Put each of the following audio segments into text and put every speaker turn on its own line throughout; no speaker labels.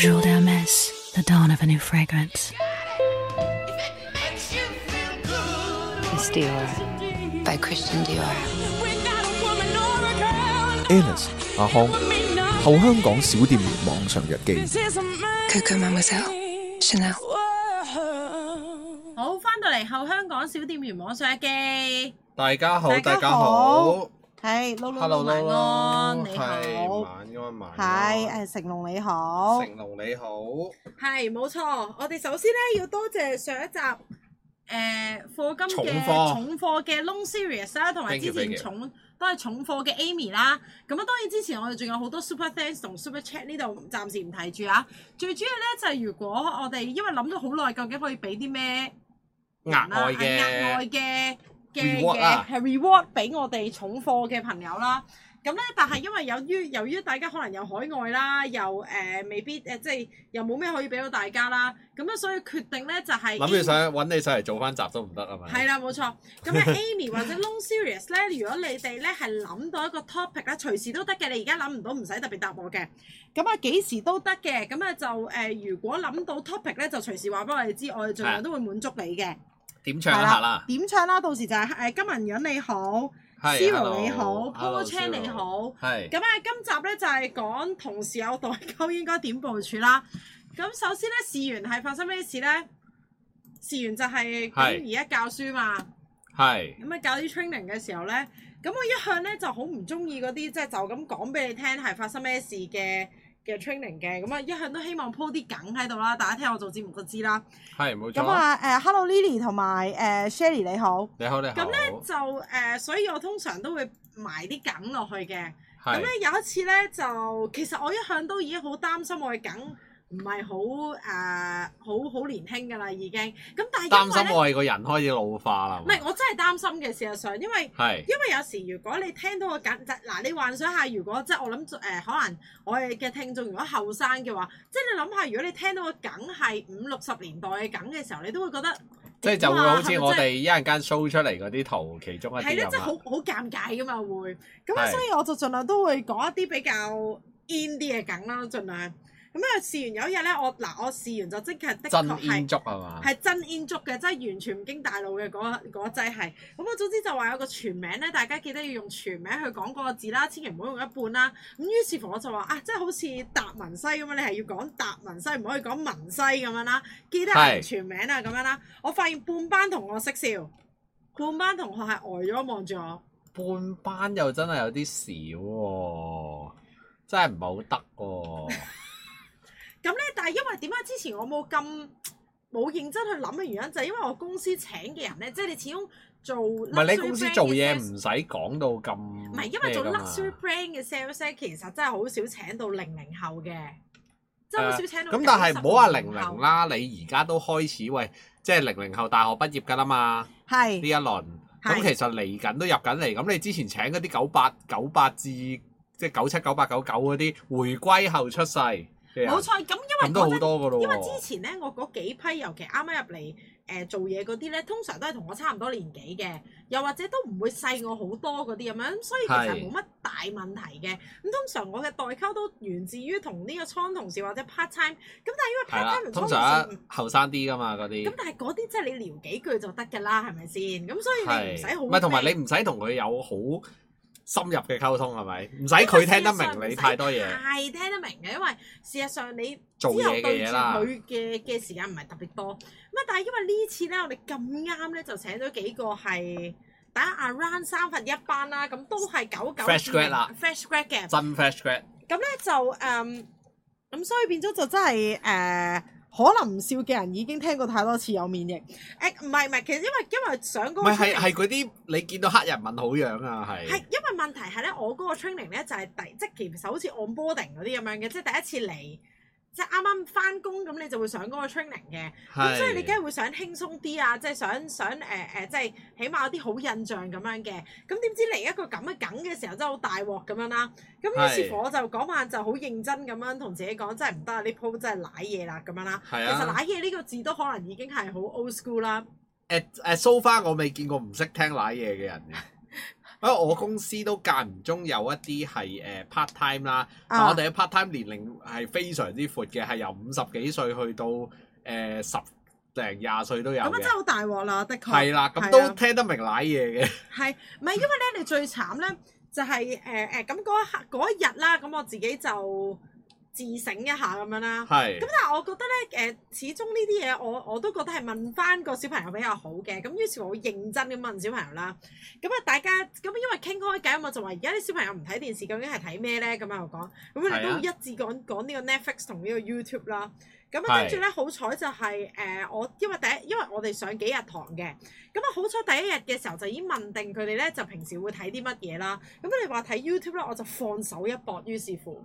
Jour d'Hermès, the dawn of a new fragrance.
Miss Dior by Christian Dior.
Alice 阿康後香港小店員網上日記，
Coco Mademoiselle Chanel。
好，翻到嚟後香港小店員網上日記，
大家好，
大
大
家
家
好
好
係撈撈
，Hello
撈
晚
啦，
安你好
係晚安，晚
係
安，
誒成龍你好，
成龍你好，
係冇錯。我哋首先咧要多謝上一集誒課金
重
嘅
課
重課嘅 Long Series 啦，同埋
Thank
之
you,
前
thank you
重都係重課嘅 Amy 啦。咁啊，當然之前我哋仲有好多 Super Thanks 同 Super Chat 呢度暫時唔提住啊。最主要咧就係、如果我哋因為諗咗好耐，究竟可以俾啲咩？
額外
係嗯啊額外
嘅
嘅嘅
Reward 啊
嘢
啦
係 reward 俾我哋重貨嘅朋友啦。咁咧，但係因為由於由於大家可能有海外啦，又誒、呃未必誒、呃即係又冇咩可以俾到大家啦，咁啊，所以決定咧就係
諗住想揾你上嚟做翻集都唔得啊嘛，
係啦，冇錯。 咁咧 Amy 或者 Long Series 咧，如果你哋咧係諗到一個 topic 咧，隨時都得嘅。你而家諗唔到，唔使特別答我嘅。咁啊，幾時都得嘅。咁啊，就誒、呃如果諗到 topic 咧，就隨時話俾我哋知，我哋盡量都會滿足你嘅。
點唱一下啦，
點唱啦？到時就係、誒、金文樣你好
係
，Zero
hello，
你好 p o
hello，
Chan
Zero
你好。
係
咁啊，今集咧就係、講同事有代溝應該點部署啦。咁首先咧，事源係發生咩事咧？事源就係咁
係
而家教書嘛，
係
咁啊教啲 training 嘅時候咧，咁我一向咧就好唔中意嗰啲即係就咁講俾你聽係發生咩事嘅嘅 training 嘅，咁啊一向都希望鋪啲梗喺度啦，大家聽我做節目就知啦。
係冇
咁
錯，
啊誒 Hello Lily 同埋誒 Sherry 你好，
你好你好，
咁咧就誒、呃所以我通常都會埋啲梗落去嘅。咁咧
係
有一次咧就，其實我一向都已經好擔心我嘅梗唔係好誒好好年輕㗎啦已經。咁但係因
擔
為
心
咧，
我係個人開始老化啦，
唔係我真係擔心嘅，事實上，因為
係
因為有時如果你聽到個梗，就嗱你幻想下，如果即係我諗誒、呃可能我哋嘅聽眾如果後生嘅話，即係你諗下，如果你聽到個梗係五六十年代嘅梗嘅時候，你都會覺得
即係就會
點啊
好
係咪
似我
真係
哋一陣間 show 出嚟嗰啲圖其中一
係
啲
咧，
咁啊
真係好
啦，
好尷尬噶嘛會。咁啊，
係
所以我就盡量都會講一啲比較 in 啲嘅梗啦，盡量。咁啊，試完有一日咧，我嗱我試完就即係的
真
確係
in 足係嘛，
係真 in 足嘅，真係完全唔經大腦嘅嗰嗰一劑係。咁我總之就話有個全名咧，大家記得要用全名去講嗰個字啦，千祈唔好用一半啦。咁於是乎我就話啊，即係好似達文西咁樣，你係要講達文西，唔可以講文西咁樣啦。記得係
係
全名啊咁樣啦。我發現半班同學識笑，半班同學係呆咗望住我。
半班又真係有啲少喎，真係唔係好得喎。
咁咧，但係因為點解之前我冇咁冇認真去諗嘅原因，就係、因為我公司請嘅人咧，即係你始終做唔
唔係你公司做嘢唔使講到咁，唔
唔係，因為做 luxury brand 嘅 sales 咧，其實真係好少請到零零後嘅，真係好少請到。
咁但係唔好話零零。啦，你而家都開始喂，即係零零後大學畢業㗎啦嘛，呢
係
一輪。
係
咁其實嚟緊都入緊嚟，咁你之前請嗰啲九八九八至即係九七九八九九嗰啲，回歸後出世嘅人
冇錯，咁因為
咁都好
嗰陣
多㗎咯
因為之
喎。
前咧，我嗰幾批，尤其啱啱入嚟誒做嘢嗰啲咧，通常都係同我差唔多年紀嘅，又或者都唔會細我好多嗰啲咁樣，咁所以其實
係
冇乜大問題嘅。咁通常我嘅代溝都源自於同呢個倉同事或者 part time，咁但
係啦
係因為 part time 同
通
倉，同
常啊
事唔
後生啲㗎嘛嗰啲
咁，。但係嗰啲即係你聊幾句就得㗎啦，係咪先？咁所以你唔使好
唔係同埋
咩
你唔使同佢有好深入嘅溝通係咪？唔使佢聽得明你太多嘢，
係聽得明嘅，因為事實上你
做
之後
嘢
對
嘅
住
嘢啦，
佢嘅嘅時間唔係特別多。咁啊，但係因為呢次咧，我哋咁啱咧就請咗幾個係打 around 三分一班啦，咁都係九九
Fresh grad 啦
，fresh grad 嘅。
真 fresh grad
咁咧就誒，嗯咁、所以變咗就真係誒、呃
可能唔笑嘅人已經聽過太多次有免疫，
誒唔係唔係，其實因為因為上嗰
唔
個
係係係嗰啲你見到黑人問好樣啊，係
係因為問題係咧，我嗰個 training 咧就係第即係其實好似 onboarding 嗰啲咁樣嘅，即係第一次嚟，即係啱啱翻工咁，你就會上嗰個 training 嘅。咁所以你梗係會想輕鬆啲啊，即係想想誒誒、呃即係起碼有啲好印象咁樣嘅。咁點知嚟一個咁嘅梗嘅時候，真係好大鑊咁樣啦。咁於是乎我就嗰晚就好認真咁樣同自己講，真係唔得啊！呢鋪真係賴嘢啦咁樣啦。
係
其實
啊
賴嘢呢個字都可能已經係好 old school 啦。
誒誒 so far 我未見過唔識聽奶嘢嘅人嘅，因為我公司都間唔中有一啲係誒 part time 啦，但
啊
我哋嘅 part time 年齡係非常之闊嘅，係由五十幾歲去到誒十零廿歲都有
咁啊真係
嘅。
好大鑊啦，的確。
係啦，咁
係啊
都聽得明奶嘢嘅。
係，唔係因為咧？你最慘咧，就係誒誒咁嗰一刻嗰一日啦，咁我自己就自省一下咁樣啦。
係
咁但係我覺得咧，誒、始終呢啲嘢我我都覺得係問翻個小朋友比較好嘅。咁於是乎我認真咁問小朋友啦。咁啊，大家咁因為傾開偈，我就話而家啲小朋友唔睇電視，究竟係睇咩咧？咁啊，我講，咁佢
係
哋
啊
都一致講講呢個 Netflix 同呢個 YouTube 啦。咁啊，
係
跟住咧，好彩就係、呃我因為第一，因為我哋上幾日堂嘅，咁啊好彩第一日嘅時候就已經問定佢哋咧，就平時會睇啲乜嘢啦。咁佢哋話睇 YouTube 咧，我就放手一搏，於是乎，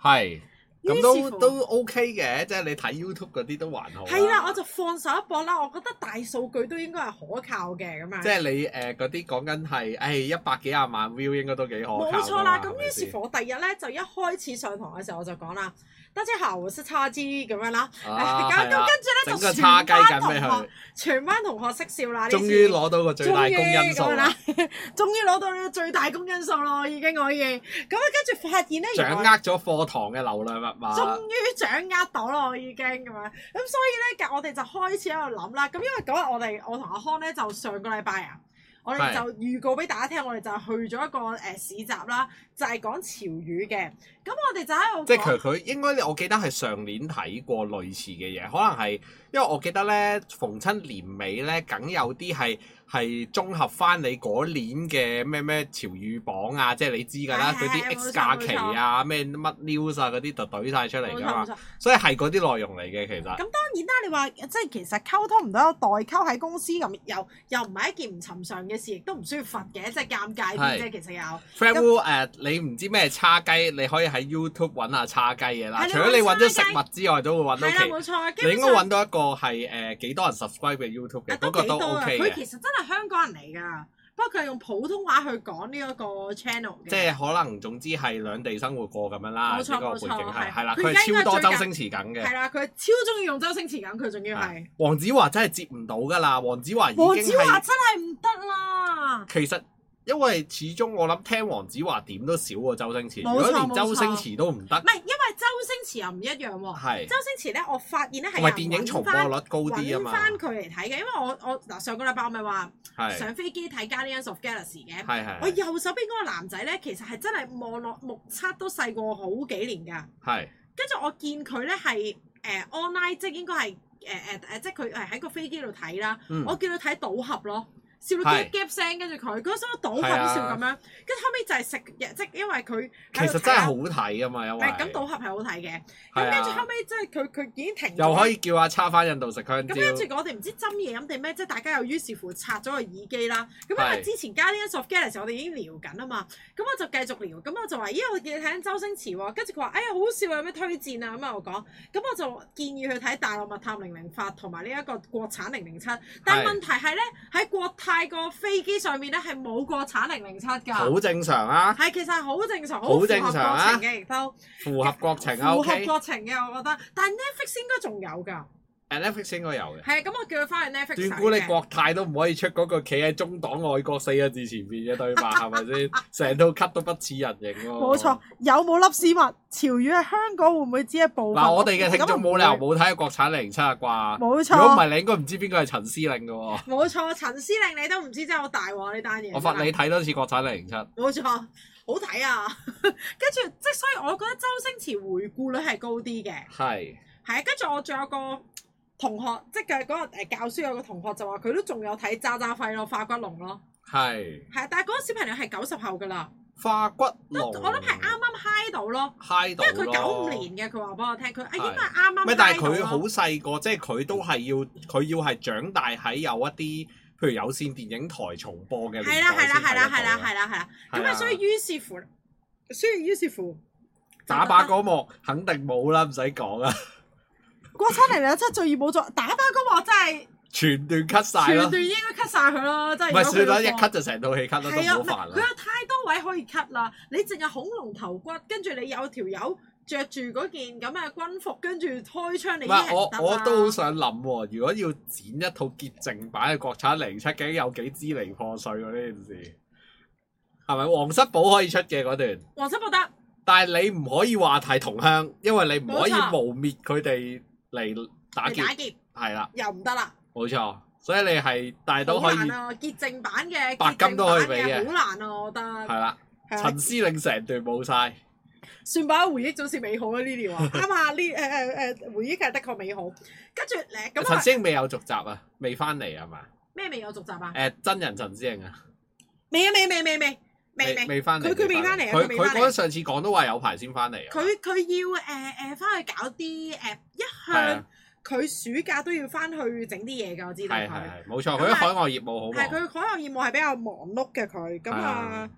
係，
於
咁
是乎
都都 OK 嘅，即係你睇 YouTube 嗰啲都還好。啊
係啦，我就放手一搏啦。我覺得大數據都應該係可靠嘅咁樣。
即係你誒嗰啲講緊係，誒一百幾廿萬 view 應該都幾可靠㗎
冇
嘛
錯啦，
係
咁
咪
於是
先
乎我第二日咧就一開始上堂嘅時候我就講啦，得隻猴識叉支咁樣啦，誒
啊
咁
係啦
咁
整
跟住咧
個
就
叉
全
雞緊
班同
俾
學
佢，
全班同學識笑啦，呢次
終於攞到個最大公因數
終於咁
啦
樣啦，，哎 終於攞到呢個最大公因數咯，已經我已經咁啊，跟住發現咧原
掌
來
握咗課堂嘅流量密
終
碼。
於掌握到啦，我已經咁樣。咁所以咧，我哋就開始喺度諗啦。咁因為嗰日我哋我同阿康咧就上個禮拜啊，我哋
係
就預告俾大家聽，我哋就去咗一個誒、呃市集啦，就係、講潮語嘅。咁我哋就喺度
即係
講
佢佢應該我記得係上年睇過類似嘅嘢，可能係因為我記得咧逢親年尾咧，梗有啲係係綜合翻你嗰年嘅咩咩潮語榜啊，即係你知㗎啦，嗰
係係
啲
係
X
冇錯
假
冇
期
錯
啊，咩乜 news 啊嗰啲就懟晒出嚟
冇
㗎
錯冇
嘛，
錯。
所以係嗰啲內容嚟嘅其實
咁。當然啦，你話即係其實溝通唔到有代溝喺公司咁，又又唔係一件唔尋常嘅事，亦都唔需要罰嘅，即係尷尬啲啫。
係啊
其實有。
Fred Wu 誒，你唔知咩叉雞，你可以喺 YouTube 揾下叉雞嘅啦。
係
除咗你揾咗食
你
物之外，都會揾
係啦，
到
冇
其。
錯啊。基
你
本
應該
上
揾到一個係誒幾多人 subscribe 嘅 YouTube
啊
嘅，嗰個
幾
都
多啊
OK
佢其
嘅。
實真係香港人嚟㗎，不過佢係用普通話去講呢一個 channel 嘅。
即係可能總之係兩地生活過咁樣啦，
冇錯
呢個
冇
背景
錯
係
係
係啦，
佢
佢
而家
係超多
應該
周
係最
星馳梗
係
嘅。
啦，佢超中意用周星馳咁，佢仲要係
黃子華真係接唔到㗎啦，黃子華已經
黃子華
係
真係唔得啦。
其實因為始終我諗聽黃子華點都少過周星馳，如
冇
果
錯
連周
冇錯
星馳都唔得
唔，係，因為周星馳又唔一樣喎。
係
周星馳咧，我發現咧係
同
有
埋
人
電影
搵
重播
返
率高啲啊
搵翻
嘛，
佢嚟睇嘅，因為我我嗱上個禮拜我咪話
係
上飛機睇《Guardians of Galaxy》嘅，
係係
我右手邊嗰個男仔咧，其實係真係望落目測都細過我好幾年㗎。
係
跟住我見佢咧係誒 online，即係應該係誒誒誒，即係佢係喺個飛機度睇啦。
嗯
我見佢睇賭俠咯，笑到
係
gap gap 聲，跟住佢嗰陣賭
係啊
俠都笑咁樣，跟住後尾就係食嘢，即係因為佢
其
喺
實
度
真
睇
係
啦
好睇啊嘛，因為
係咁賭俠係好睇嘅。
係
咁
啊
跟住後尾即係佢佢已經停咗
又可以叫阿叉翻印度食香
咁
蕉，
跟住我哋唔知斟嘢飲定咩，即係大家又於是乎拆咗個耳機啦。咁因為
係
之前 Guardians of Galaxy 我哋已經聊緊啊嘛，咁我就繼續聊，咁我就話：咦，我見你睇緊周星馳喎。跟住佢話：哎呀，好笑啊，有咩推薦啊？咁啊，我講，咁我就建議佢睇《大內密探零零發》同埋呢一個國產零零七。但係
係
問題係咧，喺國泰個飛機上面咧係冇國產零零七㗎。
好正常啊，
係，其實係好正常，
好正常啊
好符合國情
符合國
嘅，亦都
情啊
符合
，OK。
國情嘅，我覺得。但係 Netflix 應該仲有㗎，
誒 Netflix 應該有嘅。
係啊，咁我叫佢翻去 Netflix 睇嘅。
斷估你國泰都唔可以出嗰個企喺中黨愛國四個字前面嘅對白，係咪先？ 成套 cut 都不似人形喎。
冇錯，。有冇粒屎物？潮語喺香港會唔會只係部分？
嗱，我哋
啊
嘅聽眾冇理由
咁唔會
冇睇過國產零七啊啩。
冇錯
如果唔係，你應該唔知邊個係陳司令嘅 喎。
冇錯，陳司令你都唔知真係好大鑊呢單嘢。
我罰你睇多次國產零七。
冇錯，好睇啊！ 跟住即係所以，我覺得周星馳回顧率係高啲嘅。
係。
係啊，跟住我仲有個同學，即係嗰日誒教書有個同學就話佢都仲有睇渣渣輝咯，化骨龍咯。
係。
係啊，但係嗰個小朋友係九十後㗎啦，
化骨
都
龍。
我諗係啱啱 high 到咯，
嗨
因
到
為佢九
咯
五年嘅，佢話俾我聽，佢啊
係
應該係啱啱
咩？
high
但係佢
到
好
咯
細個，即係佢都係要佢要係長大喺有一啲，譬如有線電影台重播嘅年代
係啦係啦
先
係
睇
啦
得到嘅。啊
係啦係啦係啦，
係
咁
啊
啊所以於是乎，所以於是乎
打靶嗰幕肯定冇啦，唔使講啊，
國產零零七最易冇咗打
打靶嗰幕真係〜
全段 cut 晒
全
啦，
段應該 cut 晒佢咯，真係
唔
如果
係
佢
算啦，一
要
cut 就成套戲 cut 啦，都
係啊，唔
唔
係
好煩
佢
啦。
有太多位可以 cut 啦，你淨係恐龍頭骨，跟住你有條友着住嗰件咁嘅軍服，跟住開槍
唔
你已經係
係我
唔得啦啊
我都好想諗喎，如果要剪一套潔淨版嘅國產零七，究竟有幾支離破碎喎呢件事？係咪皇室寶可以出嘅嗰段？
黃室博得
但係你唔可以話係同鄉，因為你唔可以
冇錯
污蔑佢哋嚟打
嚟
劫，
打劫
係啦，
又唔得啦，
冇錯。所以你係，但係都
好
可以，
難啊！潔淨版嘅
白金都可以
潔淨版
俾嘅
好難啊！我覺
係
得
啦。
係啊
陳，司令成段冇晒，
算吧，回憶總是美好啊！呢啲 話啱啊，呢誒誒誒回憶係的確美好。跟住誒咁
陳
啊
司，令未有續集啊，未翻嚟係嘛？
咩未有續集啊？
誒真人陳司令啊，
未啊未未未未未
未翻嚟，
佢佢未翻嚟啊！
佢
佢未
佢
翻
嗰陣
嚟。
上次講都話有排先翻嚟啊，
佢佢要誒誒翻去搞啲誒
係
一
啊
向佢暑假都要翻去整啲嘢㗎，我知道
係係
佢。
係冇錯，
咁
佢啲
啊
海外業務好忙，
係佢海洋業務係比較忙碌嘅佢，咁啊，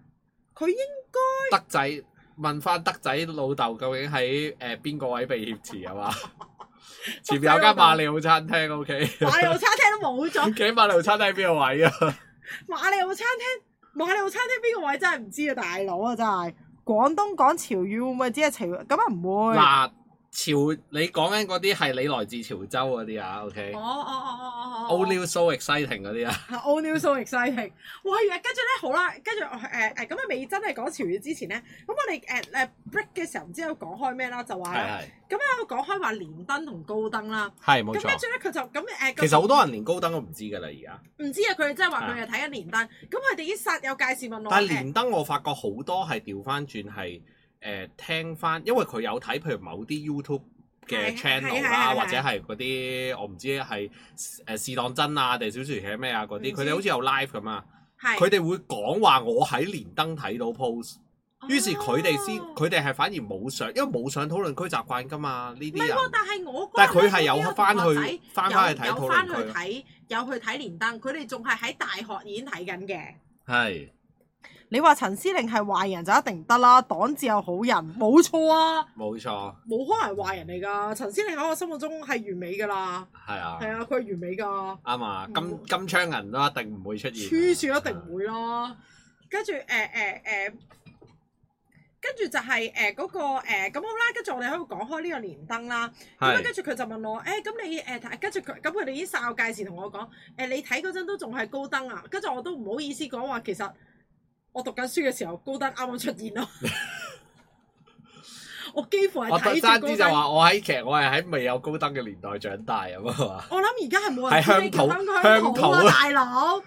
佢應
德仔問翻德仔老豆究竟喺誒邊個位被挾持係 嘛？前面有間馬里奧餐廳，OK，
馬里奧餐廳 都冇咗，
幾馬里奧餐廳邊個位啊？
馬里奧餐廳，馬里奧餐廳邊個位真係唔知啊，大佬啊真係。廣東講潮語會唔會只係潮語？咁啊唔會。
嗱，潮你講緊嗰啲係你來自潮州嗰啲啊，OK。
哦哦哦哦哦哦。
All new so exciting 嗰啲啊，
係 all new so exciting！哇，跟住咧好啦，跟住誒誒咁啊未真係講潮語之前咧，咁我哋誒誒 break 嘅時候唔知有講開咩啦，就話
係
啦，
係
咁啊講開話連登同高登啦，
係
咁
冇
跟
錯
住。咧佢就咁誒，咁
其實好多人連高登都唔知㗎啦，而家。
唔知啊，佢哋真係話佢哋睇緊連登，咁佢哋已經實有介事問我
但係
誒
連登我發覺好多係調翻轉係誒聽翻，因為佢有睇譬如某啲 YouTube 嘅
係
channel
係
啦，
係係
或者係嗰啲我唔知係誒是當真啊定小説劇咩啊嗰啲，
唔
佢
知
哋好似有 live 咁啊，
係
佢哋會講話我喺連登睇到 post，於是佢哋先
哦
佢哋係反而冇上，因為冇上討論區習慣㗎嘛呢
唔
啲
係
人
喎，，但係我
但係佢係
嗰
有
個
翻
同學仔
去翻翻去睇
有有
討
翻
論
去
區啊，
睇，有去睇連登，佢哋仲係喺大學已經睇緊嘅。
係
你話陳司令係壞人就一定唔得啦，黨只有好人，冇錯啊，
冇錯
冇可能係壞人嚟㗎，陳思令喺我心目中係完美㗎啦，
係啊
係啊，佢係完美㗎，
啱啊，金
嗯
金槍銀都一定唔會出現，啊
黐線一定唔會啦。跟住誒誒誒，跟住就係誒嗰個誒咁好啦，跟住我哋喺度講開呢個連登啦，咁啊
係
跟住佢就問我誒咁你誒睇跟住佢咁佢哋已經哨界時同我講誒你睇嗰陣都仲係高登啊，跟住我都唔好意思講話其實我讀緊書嘅時候高登啱啱出 現咯，我幾乎
我
係
特
睇
爭
住高
啲就
登。
話我喺其實我係喺未有高登嘅年代長大咁啊嘛。
我諗而家係冇
係
人
鄉土
知呢個
鄉
香
土
港
啊
啊，大佬。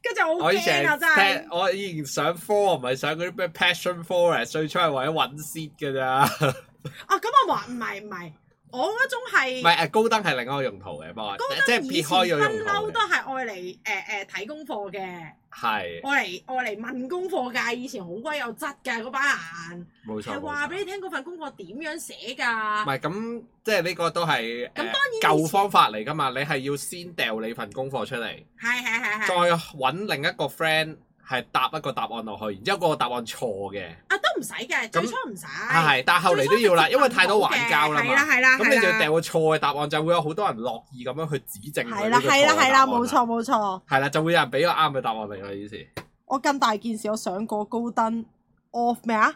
跟住我好
我以前
驚啊，真
係
係。
我以前上科唔係上嗰啲咩 passion 啊 forest，最初係為咗揾 seat 嘅 咋。
啊，咁我話唔係唔係，我嗰種
唔
係
係誒高登係另一個用途嘅，不過
高
即
登
係
以
撇
前
開咗用
不嬲
途
都
嘅。
係愛嚟誒誒睇功課嘅，
係
愛嚟愛嚟問功課㗎。以前好鬼有質㗎嗰班人，
冇錯。
係
冇
話
錯
俾你聽嗰份功課點樣寫
唔
㗎。
係咁，即係呢個都係
啊
誒
當然以
舊
前
方法嚟㗎嘛。你係要先掉你份功課出嚟，
係係係
再
係。
揾另一個 friend 係答一個答案落去，然之後個答案錯嘅。
啊，都唔使嘅，最初唔使。
啊係，但係後嚟都要啦，因為太多玩交啦
係
嘛
啦。係啦。
咁你就
係啦
掉個錯嘅答案，就會有好多人樂意咁樣去指正佢
係
呢
啦
個
係啦
錯嘅
係
答
啦，
案啊
冇錯。冇錯。
係啦，就會有人俾個啱嘅答案嚟啦。以前
我更大件事，我上過高登 off 咩啊？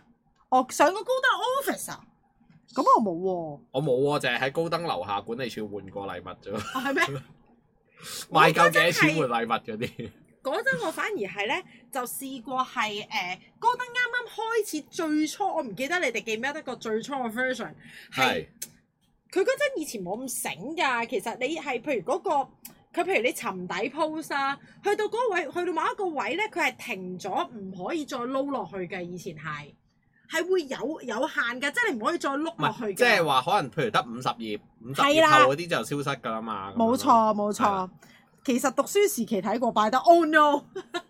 我上過高登 office 啊？咁我冇喎、
我冇喎，啊就係喺高登樓下管理處換過禮物啫，
哦係咩？
賣夠幾多
真係
錢換禮物嗰啲。
嗰陣我反而係咧，就試過係誒、呃高登啱啱開始最初，我唔記得你哋記唔記得個最初嘅 version 係
係
佢嗰陣以前冇咁醒㗎。其實你係譬如嗰、個佢譬如你沉底 post 啊，去到嗰位去到某一個位咧，佢係停咗，唔可以再撈落去嘅。以前係係會有有限㗎，即係你唔可以再碌
唔
落去
係
嘅。
即係話可能譬如得五十頁，五十
哦係
頁
啦
後嗰啲就消失㗎啦嘛。咁樣咯
冇。錯冇
嗯係啦
錯。其實讀書時期睇過拜登，oh no！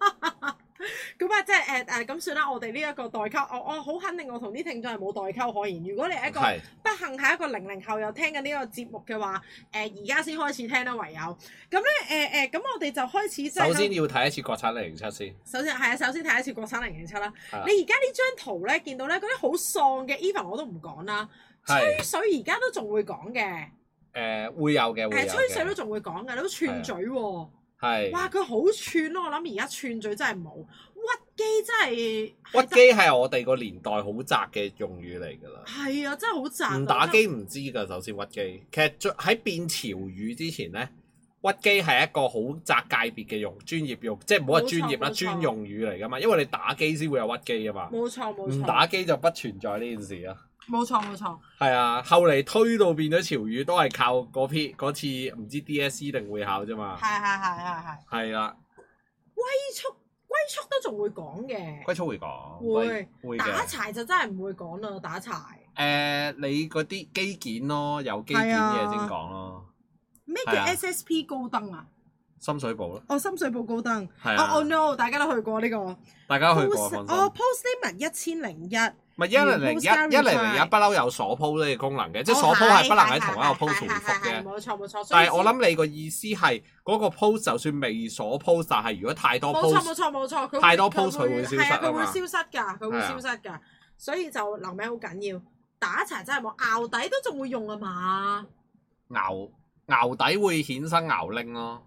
咁啊，即係誒誒咁算啦。我哋呢一個代溝，我我好肯定，我同啲聽眾係冇代溝可言。如果你係一個
係
不幸係一個零零後又聽緊呢個節目嘅話，誒而家先開始聽啦，唯有咁咧誒誒，咁、我哋就開始即係
首先要睇一次國產零零七先。
首先係啊，首先睇一次國產零零七啦。
係啦
你而家呢張圖咧，見到咧嗰啲好喪嘅，even 我都唔講啦。
係
吹水而家都仲會講嘅，
誒會有嘅，會
誒
有
吹水都
嘅。
仲會講嘅，你都串嘴喎。
係
哇，佢好串咯！我諗而家串嘴真係冇，屈機真係
屈機係我哋個年代好窄嘅用語嚟㗎啦。
係啊，真係好賺。
唔打機唔知㗎，首先屈機。其實最喺變潮語之前咧，屈機係一個好窄界別嘅用專業用，即係唔好話專業啦，
冇錯冇錯
專用語嚟噶嘛。因為你打機先會有屈機噶啊嘛，
冇錯冇
唔
錯，
打機就不存在呢件事啊。
冇錯冇錯，
係啊，後嚟推到變咗潮語，都係靠嗰篇嗰次唔知 DSE 定會考啫嘛
係。係係係係。
係啦，
龜速龜速都仲會講嘅，
龜粗會講，
會
會
打
嘅。
柴就真係唔會講啦，打柴
誒，你嗰啲機件咯，有機件嘢先講咯，
咩叫
係啊
SSP 高登啊？
深水埗咯，
哦，深水埗高登。
係
哦哦
啊，
no，大家都去過呢個。
大家去過啊
Post
放
哦
心。
Post Lemon 一千零一。
唔係一零零一，一零零一不嬲有鎖鋪呢個功能嘅，即係鎖鋪哦係不能喺同
哦
一個 post 重複嘅。
冇錯冇錯。
但係我諗你個意思係嗰個 post 就算未鎖 post，但係如果太多
冇錯冇
post，
錯冇錯，佢
太多
鋪
post 佢會消失啊嘛
佢會消失㗎，佢會
係啊
消失㗎，所以就留名好緊要。打柴真係冇，拗底都仲會用啊嘛，
牛牛底會衍生牛拎咯，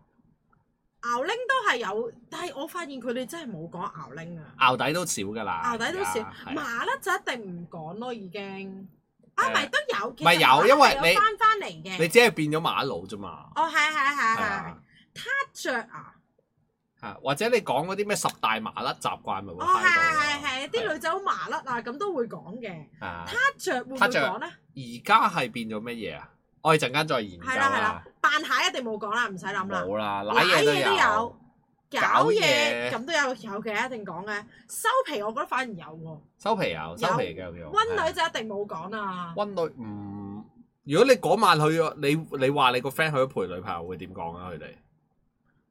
拗拎都係有，但係我發現佢哋真係冇講拗拎啊，
牛底都少㗎啦。
拗底都少
而家，哎係啊
麻甩就一定唔講咯，已經。啊，
誒
咪都有，其實
咪有
麻甩
因為
係有
你
翻翻嚟
你
嘅。
只係變咗馬路啫嘛。
哦，係係係
係
係
啊，
着啊，
係或者你講嗰啲咩十大麻甩習慣咪會
哦
翻
係
到啊
係
咯。
係係，啲女仔好麻甩啊，咁都會講嘅。
係啊
撻着會唔會
撻着
講咧？
而家係變咗乜嘢啊？我哋陣間再研究
係啦係
啦
啦。，扮蟹一定冇講啦，唔使諗啦。
冇啦，
攋
攋嘢都有。，
搞嘢
嘢
咁都有有嘅，一定講嘅。收皮我覺得反而有喎，
收皮有，收皮嘅有。
温
係
女
啊
就一定冇講啦。
温女唔，如果你嗰晚去咗，你你話你個 friend 去咗陪女朋友會點講啊？佢哋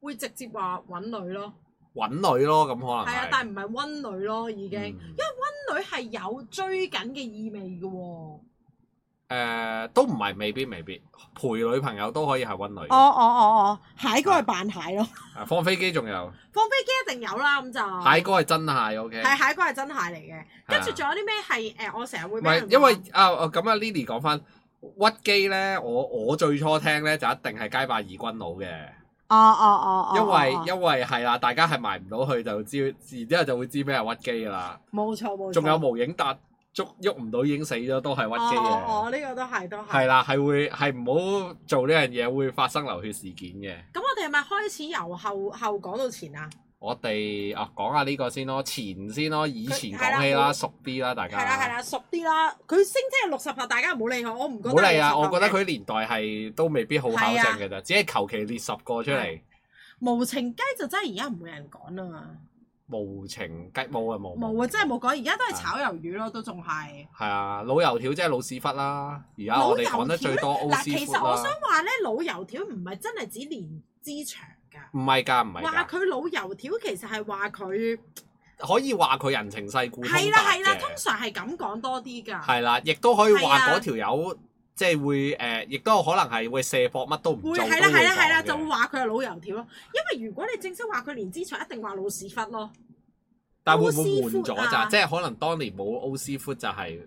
會直接話揾女咯，
揾女咯，咁可能
係啊，但係唔係温女咯，已經。
嗯
因為温女係有追緊嘅意味嘅喎，
誒呃都唔係，未必未必陪女朋友都可以係温女嘅。
哦哦哦哦，蟹哥係扮蟹咯，
啊放飛機仲有
放飛機一定有啦，咁就
蟹哥係真蟹，OK。
哦係蟹哥係真蟹嚟嘅。跟
係
住
啊
仲有啲咩係誒？我成日會
唔
俾人
係，因為
話
啊啊咁啊，Lily 講翻屈機咧，我我最初聽咧就一定係街霸二軍佬嘅，
哦哦哦哦，
因為
哦
因為係啦，大家係埋唔到去就知，然之後就會知咩係屈機噶啦。
冇錯冇錯，
仲有無影達捉喐唔到已經死咗，都係屈機
哦哦
嘅。
哦，呢個都係都係
係。啦，係會係唔好做呢樣嘢，會發生流血事件嘅。
咁我哋係咪開始由後後講到前啊？
我哋啊講下呢個先咯，前先咯，以前
佢係啦
講起啦，
我
熟啲啦，大
係
家。
啦係啦，熟啲啦。佢聲稱係六十拍，大家唔好理我，我唔覺得。
唔好理啊！我覺得佢年代係都未必好考
係啊
證嘅咋，只係求其列十個出嚟。
無情雞就真係而家唔會有人講啦。
無情雞冇啊冇
冇啊，真係冇講，而家都係
啊
炒魷魚咯，都仲係。
係啊，老油條即係老屎忽啦。而家我哋講得最多 O
嗱，
屎
其
忽
實我想
啦，
話咧，老油條唔係真係指年資長㗎。
唔係㗎唔係
話
㗎，
佢老油條其實係話佢
可以話佢人情世故通達
係啦係啦，
嘅
通常係咁講多啲㗎，
係啦，亦都可以話
係啊
嗰條友即係會誒，亦都可能係會射博乜都唔
會
做，
係啦係啦係啦，
都
就
會
會
講嘅
話佢係老油條咯。因為如果你正式話佢年資長，一定話老屎忽咯。
但會唔會換
歐師
咗
傅啊
咋？即係可能當年冇 O 屎忽就係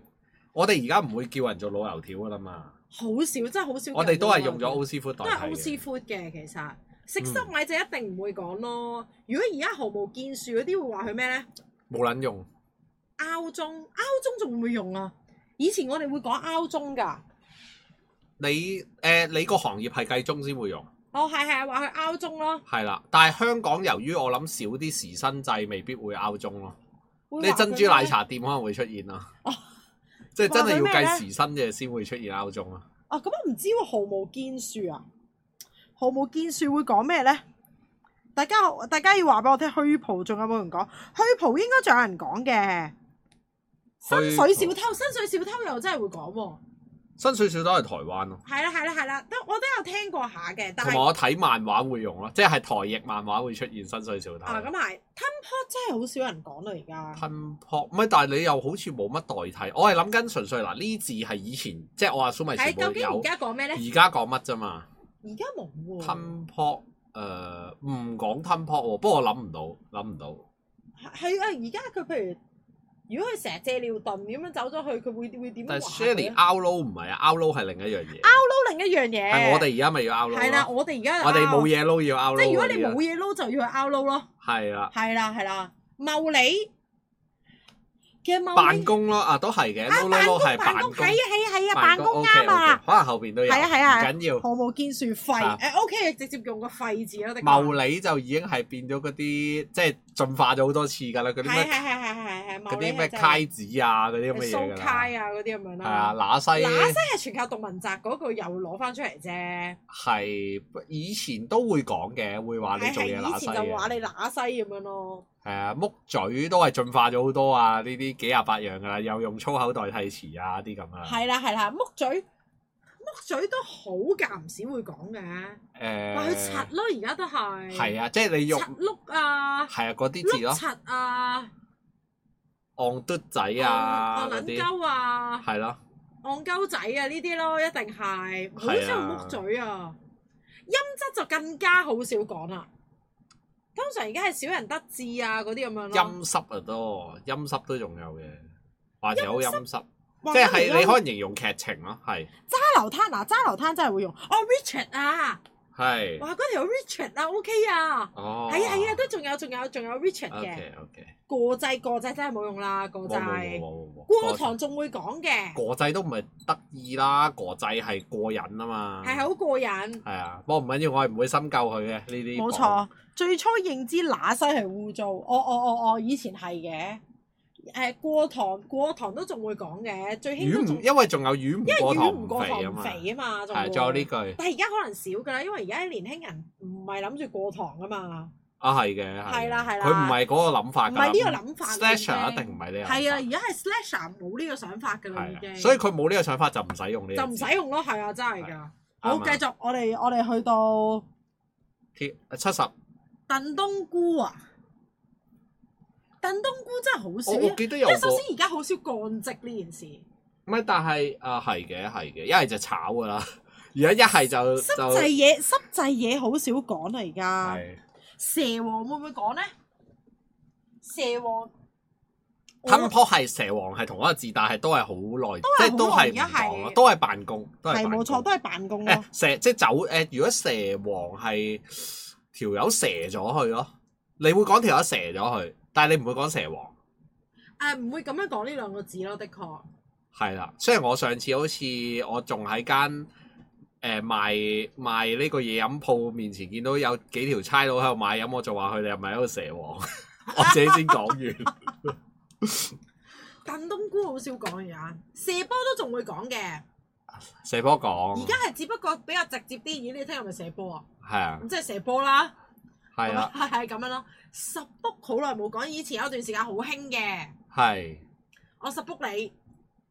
我哋而家唔會叫人做老油條㗎啦嘛。
好少，真係好少。
我哋都係用咗 O 屎忽代
都
替
係
嘅嗯
O C food 嘅，其實食粟米就一定唔會講咯。如果而家毫無建樹嗰啲會話佢咩咧？
冇撚用。
拗鐘，拗鐘仲會唔會用啊？以前我哋會講拗鐘㗎。
你誒、呃你個行業係計鐘先會用，
哦，係係話佢拗鐘咯，
係啦。但係香港由於我諗少啲時薪制，未必會拗鐘咯。
會
你
話佢
珍珠奶
咩
茶店可能會出現啦
哦，
即係真係要
話佢咩呢
計時薪嘅先會出現拗鐘啊。
啊，咁我唔知喎，毫無建樹啊，毫無建樹會講咩咧？大家大家要話俾我聽，虛蒲仲有冇人講？虛蒲應該仲有人講嘅。
虛蒲
薪水小偷，薪水小偷又真係會講喎。
新水少都係台灣咯，
係啦係啦係啦，都我都有聽過下嘅，但
同
係
埋我睇漫畫會用咯，即係台譯漫畫會出現新水少
啊，咁
偷。
係吞 pot 真係好少人講啦，而家
吞泡唔係，但係你又好似冇乜代替。我係諗緊純粹嗱，呢字係以前即係我阿蘇咪全
係
部
究竟而
有，
家嗯講咩咧？
而家講乜啫嘛？
而家冇喎，
吞泡誒唔講吞泡喎，不過我諗唔到，諗唔到。
係啊！而家佢譬如如果佢成日借尿遁咁樣走咗去，佢會會點話
但係
佢
Shelly
咧？
out low 唔係啊，out low 係另一樣嘢。
撈另一樣嘢，
係我哋而家咪要 out low
係啦，
咯。
我哋而家
我哋冇
嘢，
嘢撈要 out
即係
low
如果
嗰
你
啲啊。
冇
啊
嘢撈就要去 out 撈咯，
係啦，
係啦係啦，茂利嘅某
辦公咯，啊都係嘅
啊，
撈撈
辦公
撈係
辦
辦
公，
公，
係啊係啊係啊，
辦
辦公啱啊
OK，OK，，可能後邊都有，
係啊係啊
唔
係啊
緊要。
毫無建樹
啊
廢，誒 OK，直接用個廢字咯，的確
茂利就已經係變咗嗰啲，即係進化咗好多次㗎啦，嗰啲
係係
咩
係係係係，
嗰
某
啲咩揩子啊，嗰啲咁嘅嘢㗎
蘇
啦，
開啊嗰啲咁樣
係啊，乸
啦。
西
嗱，真係全靠杜汶澤嗰句又攞翻出嚟啫，
係以前都會講嘅，會話你
係
做
係
嘢乸
以
西
前就話
嘅，
你乸西咁樣咯，
係啊，木嘴都係進化咗好多啊，呢啲幾廿八樣㗎啦，又用粗口代替詞啊啲咁啊，
係啦係啦，木嘴木嘴都好間唔時會講嘅，話
誒
佢柒咯，而家都係，
係啊，即係你用
柒碌啊，
係啊嗰啲字
碌
咯，
柒啊，
戇嘟仔啊嗰
戇戇撚
啲，
哦鳩啊。
係咯，
戇鳩仔啊呢啲咯，一定
啊
係好少用木嘴啊。音質就更加好少講啦。通常而家係少人得志啊嗰啲咁樣咯。
陰濕啊多，陰濕都仲有嘅，或者好陰濕。
哇
即係
咁而家
你可能形容劇情咯，係
揸流灘嗱，揸流灘真係會用。哦，Richard 啊，
係
哇嗰條 Richard 啊，OK 啊，
哦，
係啊係啊，都仲有仲有仲有 Richard 嘅
OK OK，
過制過制真係冇用啦，過制
冇冇冇冇冇
過堂仲會講嘅，
過制都唔係得意啦，過制係過癮啊嘛，
係好過癮，
係啊，不過唔緊要，我係唔會深究佢嘅呢啲，
冇錯，最初認知乸西係污糟，我我我我以前係嘅，
誒過堂過堂都仲會講嘅，最興都
魚唔
仲
因為仲有魚唔
因為
過
魚
堂
唔過堂
肥啊
唔
嘛，
肥啊嘛，仲
係仲有呢句
但係而家可能少㗎啦，因為而家啲年輕人唔係諗住過堂㗎嘛，
啊係嘅，嘅
係啦係啦
佢唔係嗰個諗法㗎，
唔係呢個諗法
Slasher
已
一
經
定唔係呢個諗法，
係啊，而家係 slasher 冇呢個想法㗎啦已
係啊，
經，
所以佢冇呢個想法就唔使用呢個
就
字，
唔使用咯，係啊，真係㗎。
啱
好，
啊
繼續
我哋我哋去到
貼呃七十，
燉冬菇啊！燉冬菇真啊係好少，
我我記得有
因為首
個
先而家好少降職呢件事，
唔係，但係啊，係嘅，係嘅，一係就炒噶啦，而家一係就
濕
就
滯嘢，濕滯嘢好少講啊啦而
啊
家。
係
蛇王會唔會講咧？蛇王
吞坡係蛇王係同一個字，但係都係好耐，
係
即係都係唔講
好耐而家
咯
係
都係辦公，都係
係
辦公
冇錯，都係辦公咯
誒。蛇即係走誒，如果蛇王係條友蛇咗佢咯，你會講條友蛇咗佢，但係你唔會講蛇王。
誒唔會咁樣講呢兩個字咯，的確。
係啦，雖然我上次好似我仲喺間誒賣賣呢個嘢飲鋪面前見到有幾條差佬喺度買飲，我就話佢哋係咪喺度蛇王？ 我自己先講完，
燉冬菇好少講而家，射波都仲會講嘅。
射波講
而家係只不過比較直接啲，咦？你聽係咪射波啊？
係啊
咁即係射波啦，
係啊啦
係係咁樣咯。十卜好耐冇講，以前有段時間好興嘅，
係，
我十卜你。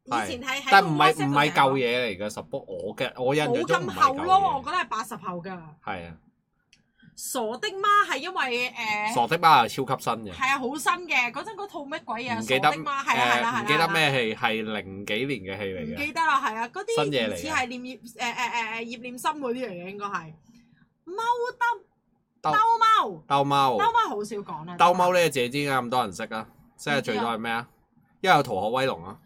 以
係
前係喺
但
個
唔係
WhatsApp
唔係
度
舊嘢嚟嘅，十波我嘅我印
成日
象
講，冇
中唔
咁
係
後
舊
咯，我覺
嘢，
得係八十後㗎。
係啊，
傻的媽係因為誒
傻的媽係超級新嘅，
係啊，好新嘅嗰陣嗰套乜鬼嘢啊？
唔
傻
記
的
得
媽係啊係啦係啦
誒唔記
係啦
得咩戲係零幾年嘅戲
唔
嚟嘅，
記得啦，係啊，嗰啲
新嘢嚟嘅
疑似係念葉誒誒誒誒葉念心嗰啲嚟嘅，應該係
兜
踎兜兜踎
兜貓
兜。踎好少講啊啦。
兜踎呢隻字點解咁多人識啊？即係
唔知
最
啊
多係咩啊？因為有《逃學威龍》啊，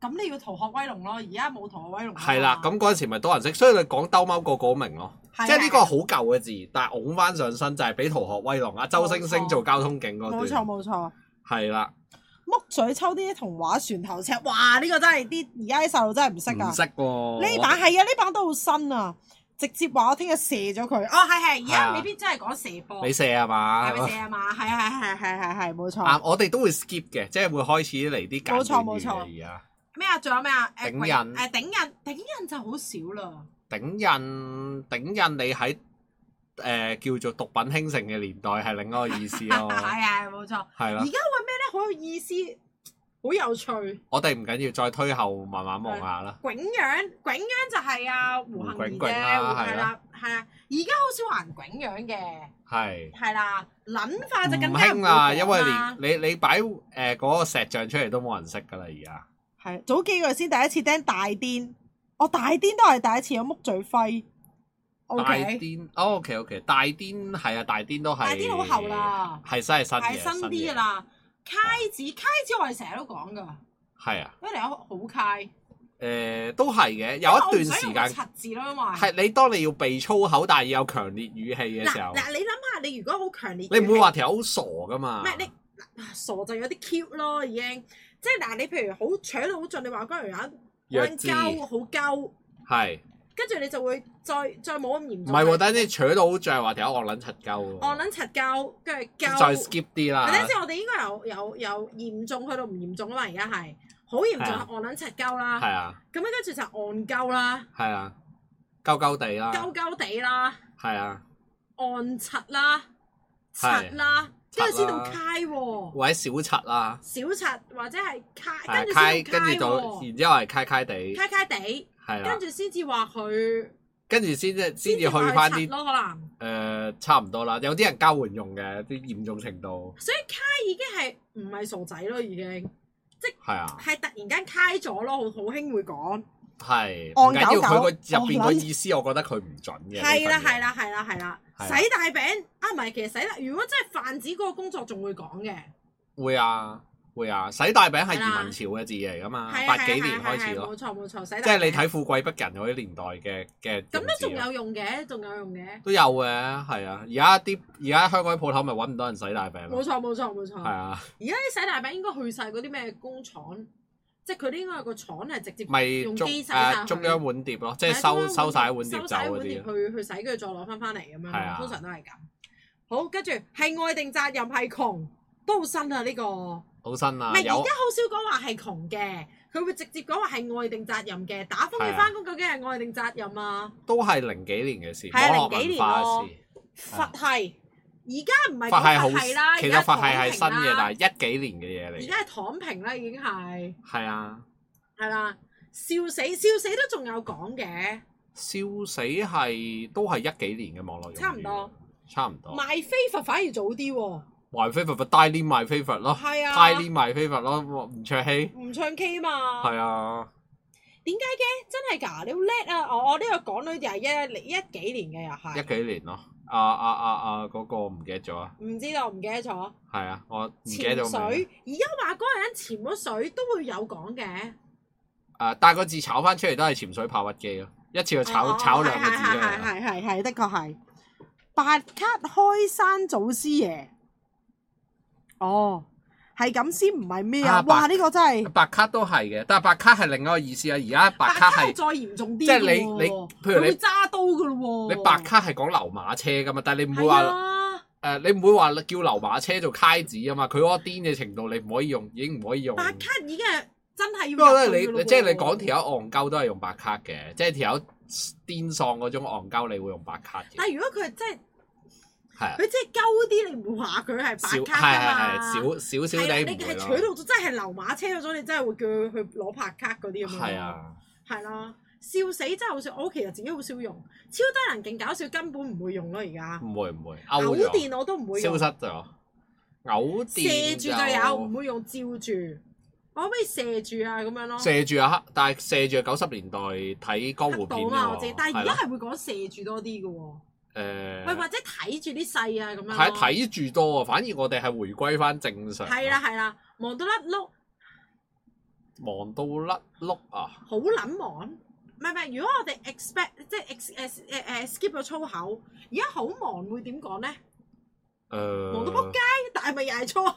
咁你要逃學威龍咯，而家冇逃學威龍啊嘛。
係啦，咁嗰陣時咪多人識，所以你講兜踎個個都明咯。
係啊
即係呢個好舊嘅字，但係拱翻上身就係俾《逃學威龍》啊，周星星做交通警
冇
嗰
錯
段，
冇錯，
係啦，
木嘴抽啲童話船頭尺，哇！呢個真係啲而家啲細路真係唔識
唔
啊
識。喎。
呢版係啊，呢版都好新啊，直接話我聽日射咗佢。
哦，係係，而
係啊
家未必真係講射波，
你射係嘛？
係咪射啊嘛？係係係係係係
係冇錯
啊，，我哋都會 skip 嘅，即係會開始嚟啲簡短語
冇錯冇錯
嘅而家。
咩啊？仲有咩啊？誒
頂
鬼
癮
誒頂印頂印就好少啦。
頂印頂印，你喺誒叫做毒品興盛嘅年代係另一個意思
係
咯，
係啊冇錯。
係啊啦
而。家話咩咧？好有意思，好有趣。囧
我哋唔緊要，再推後慢慢望下啦。
樣囧樣就係啊胡杏兒
胡囧
啫，
囧啦
係
係
啦
啦
係啊。而家好少話人囧樣嘅。
係。
係啦，撚化就更
唔
加
興啦，因為
為
連你你擺誒嗰個石像出嚟都冇人識噶啦，而家
係早幾個月先第一次聽大癲，我大癲都係第一次有木嘴揮。O
大
K，
癲哦，OK OK，大癲係啊，大癲都係
大癲好後啦
係真係新啊
係
嘅，
新啲
嘅
噶，啦。揩子揩子我哋成日都講噶，
係啊，
因為你有好揩。
誒都係嘅，有一段時間
七字咯，因為
係你當你要避粗口，但係要有強烈語氣嘅時
嗱
候，
嗱，你諗下，你如果好強烈，
你唔會話條好傻噶嘛
唔，係你嗱傻就有啲 cute 咯，已經。即係嗱，你譬如好搶到好盡，你話嗰樣
弱
人玩
智
鳩好鳩，
係
跟住你就會再再冇咁嚴
唔
重。
係喎？等陣扯到好像話條友惡撚柒鳩
我
喎，
撚柒鳩，跟住鳩。
再 skip 啲啦
或。者即係我哋應該由由由嚴重去到唔嚴重啊嘛，而家係好嚴重
係啊
係戇撚柒鳩啦，
係啊，
咁樣跟住就戇鳩啦、
係啊，鳩鳩地啦，
鳩鳩地啦、
係啊，
戇柒啦、
係
柒
柒
啦，
啦
跟住先到揩喎，
或者小柒啦，
小柒或者係揩，
係
哎跟住
啊
先
揩跟住
到
就
揩喎，
然之後係揩揩地，
揩揩地，
係啦
跟，住先至話佢
跟住先至先
先
至去
至話佢
翻啲
柒咯，可能。
誒差唔多啦，有啲人交換用嘅啲嚴重程度
所以揩已經係唔係傻仔咯，已經
係啊，
係突然間揩咗咯，好好興會講。
係
戇
唔緊要，
狗狗
佢個入邊個
戇撚
意思，我覺得佢唔準嘅。
係啦，
呢份嘢
係啦，係啦，係啦，
係啊
洗大餅啊，唔係，其實洗大，如果真係泛指嗰個工作，仲會講嘅，
會啊，會啊，洗大餅係
係啦
移民潮嘅字嚟噶嘛，
係啊
八幾年開始
係啊係啊係啊
咯
冇，錯冇錯，洗大餅
即係你睇啊《富貴逼人》嗰啲年代嘅嘅用字
咁
咯。
都仲有啊用嘅，仲有用嘅，
都有嘅，係啊！而家啲而家香港啲鋪頭咪揾唔到人洗大餅
冇
咯，
錯冇錯冇錯。
係
而
啊，
家啲洗大餅應該去晒嗰啲咩工廠，即係佢哋應該有個廠係直接
咪
用
中
機洗晒
誒
佢
中央碗碟咯，即
係啊
係收
中央
收晒碗碟
收
走
晒
嗰
碗碟
啲咯，啊
去去洗，跟住再攞翻翻嚟咁樣
係啊
咯，通常都係咁。好，跟住係愛定責任係窮都好新啊呢個。
好新
唔
啊！
係而家
有
好少講話係窮嘅，佢會直接講話係愛定責任嘅。打風
係
嘅
啊
翻工究竟係愛定責任啊？
都係零幾年嘅事，
係啊
網絡
零幾
文
年
化
咯
嘅事。
佛系而家唔係
法系
講
好，
佛系啦，
其
而家
實法系係新
躺平
嘅，
啦
但係一幾年嘅嘢
而
嚟
家。係躺平啦，已經係
係啊，
係啦，笑死笑死都仲有講嘅，
燒死係都係一幾年嘅網絡用語
差唔多，
差唔多。
賣非佛反而早啲喎，
My favorite 咪 Daily My favorite 咯
係啊
，Daily My favorite 咯，吳卓羲
唔唱 K 嘛，
係啊，
點解嘅？真係㗎，你好叻啊！我我呢個港女又係一一幾年嘅又
一
係，
幾年咯。啊啊啊啊！嗰個唔記得咗啊，
唔知道唔記得咗。
係啊，我唔記
潛
得咗個名
水，而家話嗰個人潛咗水都會有講嘅，
啊，但係個字炒翻出嚟都係潛水拍屈機咯，一次去
哦
炒
哦
炒兩
係
個字出
係
嚟啊
係
咯。
係係係的
的確係白卡開山祖師爺。哦，係咁先唔係咩
啊
啊？
白
哇！呢、個真係
白卡都係嘅，但係白卡係另一個意思啊。而家白卡係
再嚴重啲
即
㗎
係
喎，
你你譬如你
佢會揸刀噶咯喎，
你白卡係講流馬車噶嘛，但係你唔會
係
話誒、
啊，
你唔會話叫流馬車做揩子啊嘛。佢嗰個癲嘅程度，你唔可以用，已經唔可以用。
白卡已經係真係要入
不過咧，
去
你
㗎
你
咯
即係你
喎
講條友戇鳩都係用白卡嘅，即係條友癲喪嗰種戇鳩，你會用白卡嘅，
但係如果佢真係
係啊
佢，真係鳩啲，你唔會話佢
少係
係白卡㗎
係
嘛？
係少少少
係啊
地
你
唔會
係取
咯，
到真係流馬車嗰種，你真係會叫佢去攞白卡嗰啲咁樣。
係，啊，
係啦，笑死真係好笑，我其實自己好少用，超低能勁搞笑根本唔會用咯而家。
唔會唔會，
偶
勾咗，
電我都唔會
消
用，
失咗，偶
射
電
住就有，唔會用照住。我可唔可以射住啊？咁樣咯，
射住啊，但係射住九十年代睇江湖
黑到
片
啊嘛，我
㗎
自己
喎，。
但係而家
係
係會講射住多啲嘅喎，
咯
喂
誒。
或者睇住啲細啊咁樣咯。
係啊睇住多啊，反而我哋係回歸翻正常。啊
係啦，係啦，忙到甩碌，
忙到甩碌啊！
好撚忙。唔係唔係，如果我哋 expect 即係 ex 誒誒誒 skip 咗粗口，而家好忙會點講咧？
誒、
忙到仆街，但係咪又係粗口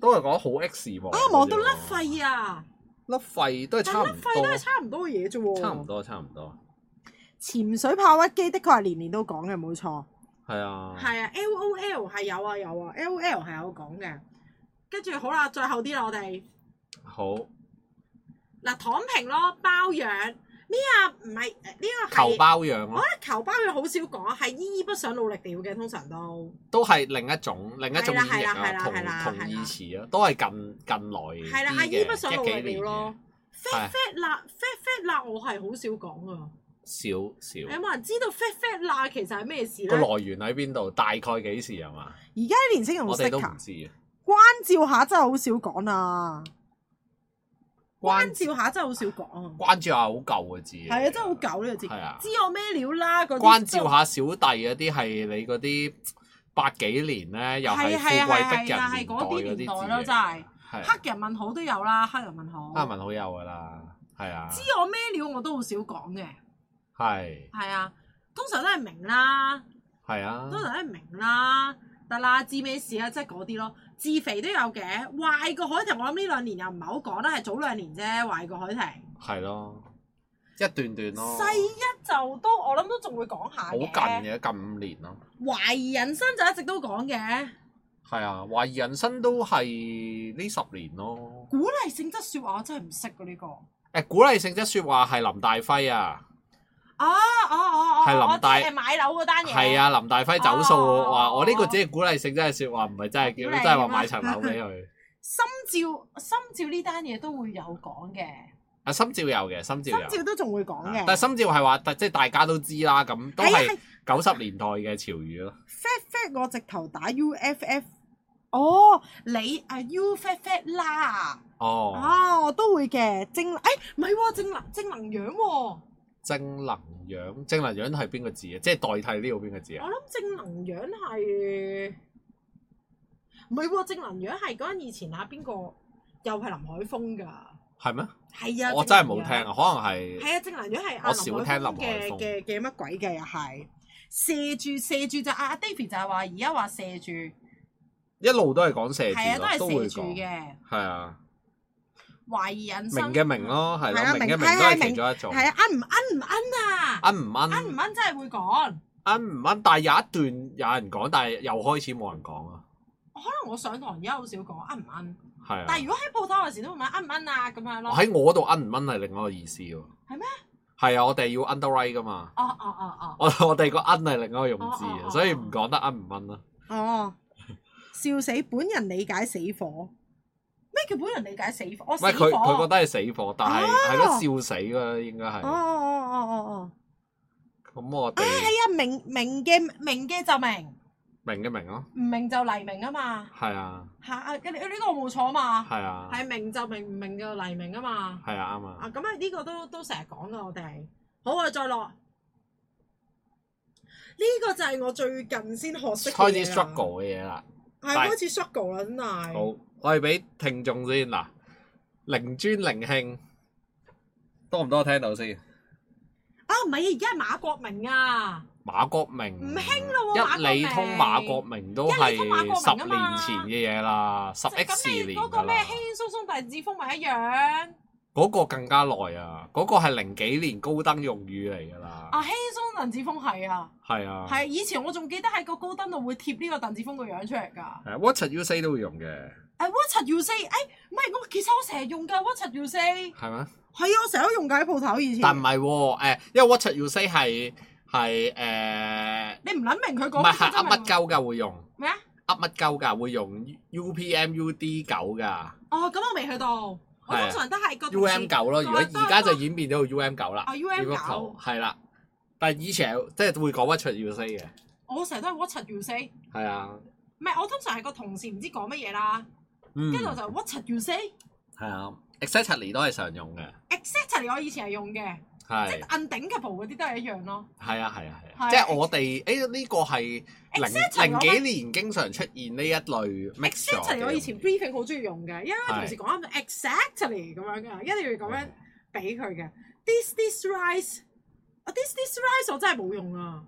都係講好 X 忙
啊？忙到甩肺啊！
甩肺都係
但
差
係
唔
甩肺都係
多，
差唔多嘅嘢啫喎。
差唔。多，差唔多，
潛水炮屈機，的確係年年都講嘅，冇錯。
係啊，
係啊，L O L 係有啊有啊，L O L 係有講嘅。跟住好啦，最後啲啦，我哋
好
嗱躺平咯，包養咩啊？唔係誒呢個係哦
求包養
我
咯，
覺得求包養好少講，啊係依依不想努力了嘅，通常都。
都係另一種另一種演
係
繹
啦係啦係
啊，
啦
同
係啦
同義詞啊，都係近近來
係啦，
啲
阿
嘅
姨不想努
一幾
力
年
了咯
嘅。
fat
係
fat 辣 fat fat 辣，我係好少講噶。
少少
有冇人知道 fat fat 辣其實係咩事
個
咧？
來源喺邊度？大概幾時係嘛？
而家啲年輕人用
我哋都唔
sticker，
知啊。
關照下真係好少講啊！
關照下真係好少講啊。
關照下好舊嘅字嚟嘅，
係啊，真係好狗呢個字。
係啊
知我咩料啦？嗰啲
關照下小弟嗰啲係你嗰啲八幾年咧，又係
係
富
係啊
貴
係
逼
係啊
人
係
年
嗰啲
代嗰啲
年代
字
咯，真係
係
黑人問號都有啦，黑人問
阿
號。
文好有噶啦，係啊，
知我咩料我都好少講嘅，
係
係啊，通常都係明啦，
係啊
通，常都係明啦，得啦，知咩事啊，即係嗰啲咯。自肥都有嘅，壞個海婷我諗呢兩年又唔係好講啦，係早兩年啫，壞個海婷。
係咯，一段段咯，
細一就都我諗都仲會講下
好近
嘅，
嘅，近五年咯。
懷疑人生就一直都講嘅，
係啊，懷疑人生都係呢十年咯。
鼓勵性質説話我真係唔識嘅呢個。
誒，鼓勵性質説話係林大輝啊，
哦哦哦哦，
係林
我知
大
係買樓嗰單嘢。
係，啊，林大輝走
哦
數話我呢個只係鼓勵性質嘅説話，唔係真係叫，
鼓勵
真係話買層樓俾佢。
心照心照呢單嘢都會有講嘅，
啊，心照有嘅，心照有
心。照都仲會講
啊
嘅。
但係心照係話，但即係大家都知啦，咁都
係
係九十年代嘅潮語咯。
fat fat 我直頭打 UFF，
哦，你啊 U fat fat 啦，
哦，
啊我都會嘅正誒
哎唔係喎，正能正能樣喎，我
正能樣，正能樣係邊個字啊？即係代替呢個邊個字啊？
諗正能樣係唔係喎？正能樣係嗰陣以前啊邊個又係林海峰㗎？
係咩？
係啊，
我真係冇聽
正能
啊，
樣。
可能係
係啊，正能樣係阿
我少聽林海
海
峰
峰嘅嘅嘅乜鬼嘅又係射住射住就啊阿阿 David 就係話而家話射住，
一路都係講射
係啊
字
都
咯，都
係
會
射住
講。
嘅
係啊，
懷疑人生。
明嘅明。咯，係
係啊
咯，明嘅
明
明
係
都係
係
其
明
中一種。
係啊
奀唔奀唔奀啊！
啱唔
奀唔
啱？
奀真係會講，
啱唔啱？但係有一段有人講，但係又開始冇人講啊。
可能我上堂而家好少講奀唔奀，
係啊。
但係如果喺鋪頭嗰時都會問奀唔奀啊咁樣咯。
喺我度奀唔奀係另外一個意思喎。
係咩？
係啊，我哋要 underwrite 噶嘛。
哦哦哦哦，
我我哋個奀係另外一個用字
哦哦
啊，
哦
所以唔講得奀唔奀啦。
哦，笑死！本人理解死火，
咩叫本人理解死火？哦我
唔
死
係佢佢覺
火。
得係死火，但係係咯笑死啦，應該係。
哦哦哦哦哦，
咁我
啊
哎
哋
係啊，明明嘅
明嘅就明，
明嘅明咯，
唔明就黎明啊嘛。
係啊，
嚇啊！呢呢個我冇錯啊嘛，
係啊，
係明就明，唔明就黎明啊嘛。
係啊，啱
啊
啊。
咁啊，呢個都都成日講噶，我哋。好啊，再落。呢個就係我最近先學識嘅
開
嘢啊
始
啦
struggle 嘅嘢啦。
係開始 struggle 啦，真係。
好，我哋俾聽眾先嗱，靈尊靈慶多唔多聽到先？
啊，唔係，而家係馬國明啊，
馬國明
唔興咯喎
一理通馬國明都係
一理通馬國明啊嘛
十年前嘅嘢啦，十 X
咁你
年
嗰
㗎
個咩
啦，
輕輕鬆鬆大致風咪一樣，
嗰個更加耐啊，嗰個係零幾年高登用語嚟㗎
啊
啦，
輕鬆鄧子峰係啊，
係啊，
係以前我仲記得喺個高登度會貼呢個鄧子峰個樣出嚟㗎。
係啊，What you say 都會用嘅，
誒哎 What you say？誒唔係我其實我成日用㗎 What you say？
係咪？
係啊，我成日都用㗎喺鋪頭以前。
但唔係喎，誒，因為 What you say 係係誒，
你唔撚明佢
唔係
講乜
係
真
噏乜
係
鳩㗎會用。
咩啊？
噏乜鳩㗎？會用 U P M U D 九噶
哦，咁我未去到，我通常都係個
啊，U M 九咯。如果
哦
而家就
已
演變咗 U M 九啦
啊 UM
呢個頭係啦。但係以前係即係會講 what should you say 嘅，
我成日都係 What you say？
係啊，
唔係我通常係個同事唔知講乜嘢啦，
嗯
跟住我就 What you say？exactly
係啊，exactly 都係常用嘅，
我以前係用嘅。即
係
係 unthinkable 嗰啲都係一樣咯。
係啊係啊係
係
啊，
啊
即係我哋誒呢個係零
Exactly，
零
我
幾年經常出現呢一類 mix 咗嘅
exactly 我以前 briefing 好中意用嘅，因為
係
同事講啱 exactly 咁樣嘅，一定要咁樣俾佢嘅。This this rise，啊 this this rise 我真係冇用啊。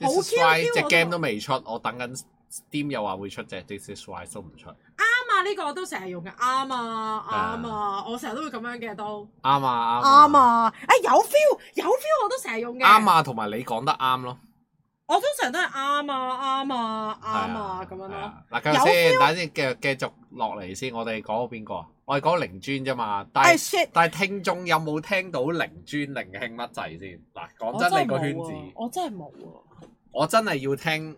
好
This is
Q
why
Q
隻
我都
game 都未出，我等緊 Steam 又話會出隻 This is why 都唔出，啱
啱啊，呢個我都成日用嘅。啱啊，啱啊，我成日都會咁樣嘅都。
啊啱啊
啱啊！
誒有 feel 有 feel 我都成日用嘅。
啱！啊，同埋你講得啱咯。
我通常都係啱啊，啱啊，啱啊咁樣
係
咯。
啊。嗱，咁先，等先，繼續繼續落嚟先。我哋講邊個啊？我哋講靈尊啫嘛。但
哎
係
shit！
但係聽眾有冇聽到靈尊靈慶乜滯先？嗱，講真，你個圈子，
啊我真係冇啊。
我真係要聽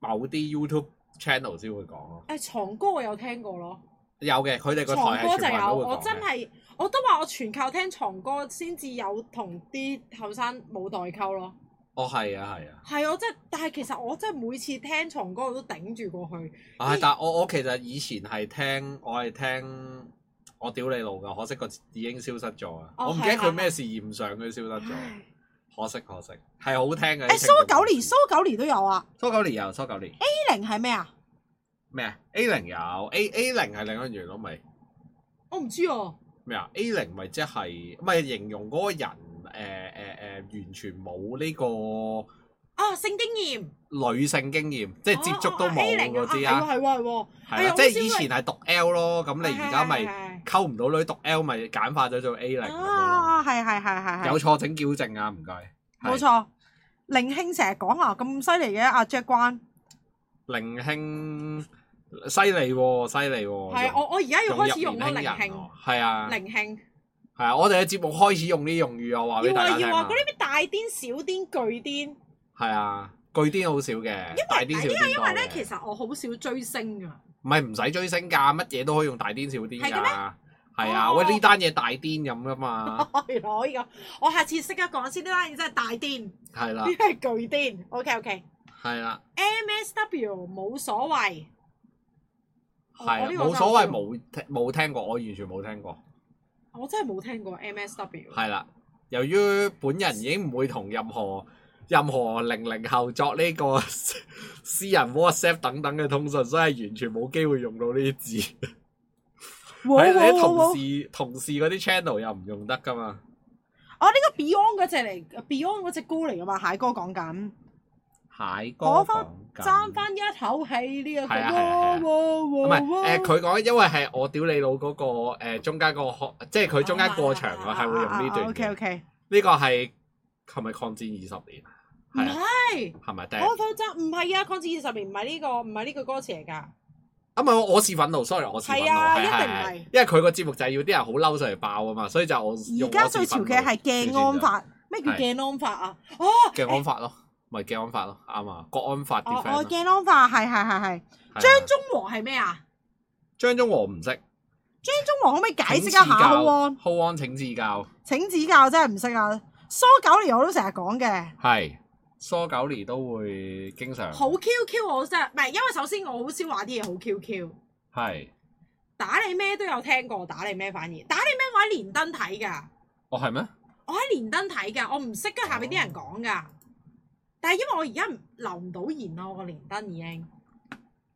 某啲 YouTube channel 先會講咯。
誒哎藏歌我有聽過咯。
有嘅，佢哋個台
藏
係
歌
全
就
部人
有，
都會
我
講
真
嘅。
係我都話我全靠聽藏歌先至有同啲後生冇代溝咯。
哦，係啊，係啊。
係我真係，但係其實我真係每次聽藏歌我都頂住過去。
唉，但係我我其實以前係聽，我係聽。我屌你老噶，可惜個已經消失咗啊！
哦
我唔記得
係
佢
啊
咩事驗上佢消失咗，
唉
可惜可惜，係好聽嘅。
誒蘇九年，
蘇
蘇九年都有啊。
蘇九年有蘇九年。
A 零係咩啊？
咩啊？A 零有 A A 零係另一樣咯，咪
我唔知啊，
咩啊？A 零咪即係咪形容嗰個人誒誒誒完全冇呢個
哦，性經驗，
女性經驗，即係接觸都冇嗰啲
哦
啊，
哦哦 A 零啊係喎係喎
係啦，即係以前係讀 L 咯，咁
係
你而家
係
咪
係
溝唔到女讀 L 咪簡化咗做 A 零咁樣
啊，係係係係
咯
係，
有錯請矯正啊，唔該。係
冇。錯。寧慶成日講啊，咁犀利嘅阿 Jack 關，
靈興犀利喎，犀利喎。
係啊我我而家要開始用咯
嗰
靈
興人
慶
喎。係啊，
靈慶。
係啊，我哋嘅節目開始用呢啲用語，我話俾
要
大
啊
家聽
要啊！
啊
嗰。啲咩大癲、小癲、巨癲，
係啊，巨癲好少嘅，大
因
癲
為
小
因為
癲
因
多
為咧，其
嘅。
實我好少追星噶，
唔係唔使追星㗎，乜嘢都可以用大癲小癲
係嘅
㗎。係啊，
哦
喂呢單嘢大癲咁㗎 嘛，
係咯呢個，我下次識得講先，呢單嘢真係大癲，呢
係啦，
係巨癲。OK OK。
係啦，
MSW 冇所謂，我
係啊，
哦我呢個
冇所謂，
真係
冇聽冇聽過，我完全冇聽過。
我真係冇聽過 MSW。
係啦，由於本人已經唔會同任何任何零零後作呢個私人 WhatsApp 等等嘅通訊，所以係完全冇機會用到呢啲字。
哇
喺你啲
哇哇
同
哇
事同事嗰啲 channel 又唔用得噶嘛？
哦，呢個 Beyond 嗰只嚟，Beyond 嗰只歌嚟噶嘛，蟹哥講緊，
蟹哥講
講返
緊
爭翻一口氣呢個
係啊係啊係啊唔
歌，唔
係誒，佢講因為係我屌你老嗰個誒中間個殼即係佢中間過場啊，係會用呢段
OK
嘅。
OK，
呢個係係咪抗戰二十年啊？
唔
係啊，
係，
係咪？
我都真唔係啊！抗戰二十年唔係呢個，唔係呢個歌詞嚟㗎。
啊，唔係我是憤怒，sorry，我是憤怒，
係啊
係
一定
係係
係
因為佢個節目就係要啲人好嬲上嚟爆啊嘛，所以就我
而家最潮嘅係鏡安
法，
法，咩叫鏡安法啊？哦，
啊鏡安法咯，咪鏡安法咯，啱啊，國安法
哦
啲
哦，
friend
鏡安法係係係係。
啊。
張
張
中和係咩啊？
張中和唔識，
張中和可唔可以解釋
請
一
指
下
教
好喎？
浩安請指教，
請指教，真係唔識啊！疏九年我都成日講嘅，
係疏九年都會經常
好 QQ 我真係，唔係因為首先我好少話啲嘢好 QQ。
係，
打你咩都有聽過，打你咩反而打你咩我喺連登睇㗎，
哦係咩？
我喺連登睇㗎，我唔識跟下面啲人講
哦
㗎。但係因為我而家唔留唔到言咯，我個連登已經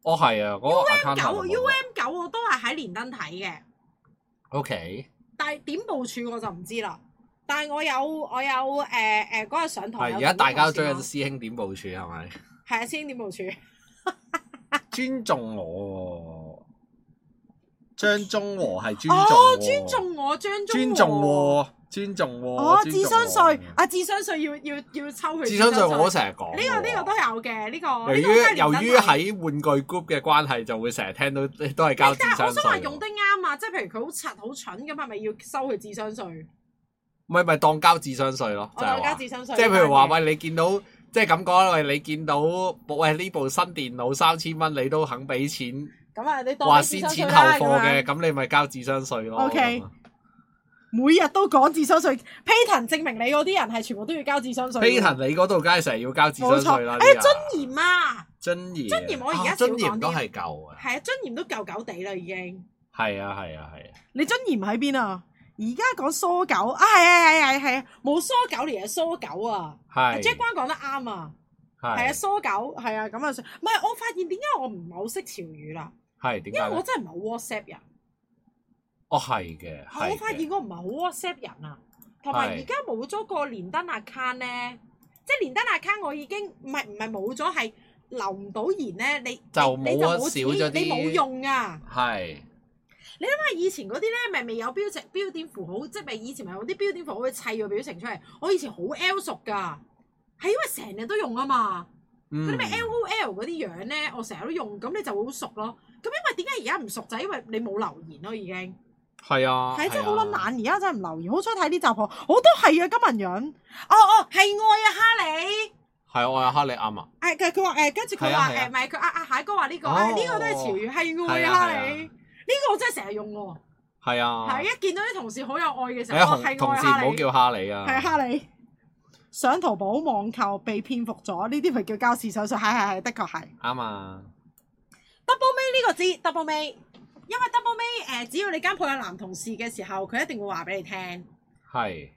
哦係啊，嗰個 account
九
頭
U M 九我都係喺連登睇嘅。
OK
但係點部署我就唔知啦。但係我有我有誒誒嗰日上堂
係
有
而家大家都追緊
點部署
師兄點部署係咪？
咯係啊，先點部署。
尊重我喎，張中和係尊重
哦，
喎
尊重我張中和
尊重喎，尊重喎。
哦，
尊
智
重
商
喎
稅
啊！智商税要要要抽佢。
智商稅我都成日講
呢個
喎
呢個都有嘅呢個。
由於
呢個都係連
由
登
於
睇
喺玩具 group 嘅關係，就會成日聽到都係交智
但係
商
我想話
稅
用得
喎。
啱啊！即係譬如佢好柒好蠢咁，係咪要收佢智商稅？
咪咪當交智商稅咯，
我
就係
哦當
話
交
即
智商稅。
係譬如話
呢單嘢
喂，你見到即係咁講，喂你見到喂呢部新電腦三千蚊，你都肯俾錢，
咁啊，你當
話
佢
先
智商
錢
稅
後
啦
貨嘅，
咁樣。
咁你咪交智商稅咯。
OK
咁啊
每日都講智商稅。
Payton 證明你嗰啲人係全部都要交智商稅。
Payton 你嗰度梗係成日要交智商
冇
稅
錯
啦。，
哎呀
呢個
尊嚴啊！
真言，
真言我而家
啊真
少講
言
啲
都係舊嘅，
係啊，尊嚴都夠狗地啦已經。
係啊係啊係啊，
你尊嚴喺邊啊？而家講疏九啊，係啊係啊係啊係啊，
冇疏狗嚟係疏狗啊！
係
Jack 關講得啱啊，係啊，
係
疏狗係啊，咁啊，唔係我發現點解我唔係好識潮語啦，
係點
因
解
為我
咧？
真係唔係好 WhatsApp 人，
哦係嘅，係
我發現
嘅
我唔係好 WhatsApp 人啊，同埋
係
而家冇咗個連登 account 咧，即係連登 account 我已經唔係唔係冇咗，係留唔到言咧，你
就
你你
冇
就
咗啊
冇自己
少咗啲
你冇用啊！
係
因為以前嗰啲咧，咪未有標情標點符號，即係咪以前咪有啲標點符號會砌個表情出嚟？我以前好 L 熟㗎，係因為成日都用啊嘛。嗰
嗯
啲咩 L O L 嗰啲樣咧，我成日都用，咁你就會好熟咯。咁因為點解而家唔熟就係因為你冇留言咯，已經
係啊，
係真
啊
係好撚懶，而家真係唔留言。好彩睇呢集我，我都係啊，金文樣。哦哦，
係愛啊哈利。
係我阿哈你啱啊，
誒佢佢話誒，跟住佢
係啊
話
係啊
誒，唔係佢阿阿蟹哥話呢個，
哦
誒呢個都係潮語，係愛
係
啊
啊
哈
係啊
利。呢個我真係成日用喎，
係啊，
係一見到啲同事好有愛嘅時
你啊
候，哦
同
係
同
愛啊
事唔
哈
好
利。
叫哈你啊，
係啊哈你上淘寶網購被騙服咗，呢啲咪叫交智商稅？係係係，的確係。
啱啊，
double 尾呢個字 double 尾，因為 double 尾誒、呃只要你間鋪有男同事嘅時候，佢一定會話俾你聽。
係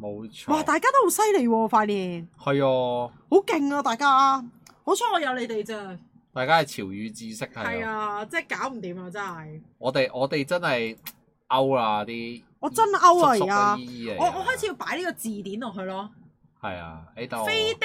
冇錯，
哇！大家都好犀利喎，快練，
係啊，
好勁啊！大家
好彩我有你哋咋，
大家係潮語知識係
係
啊，
啊，真係搞唔掂啊，真係。
我哋我哋真係 out 啦啲，
我真 out 啊
叔叔
而家
阿姨嚟
我
啊
我開始要擺呢個字典落去咯，
係啊，呢度
飛釘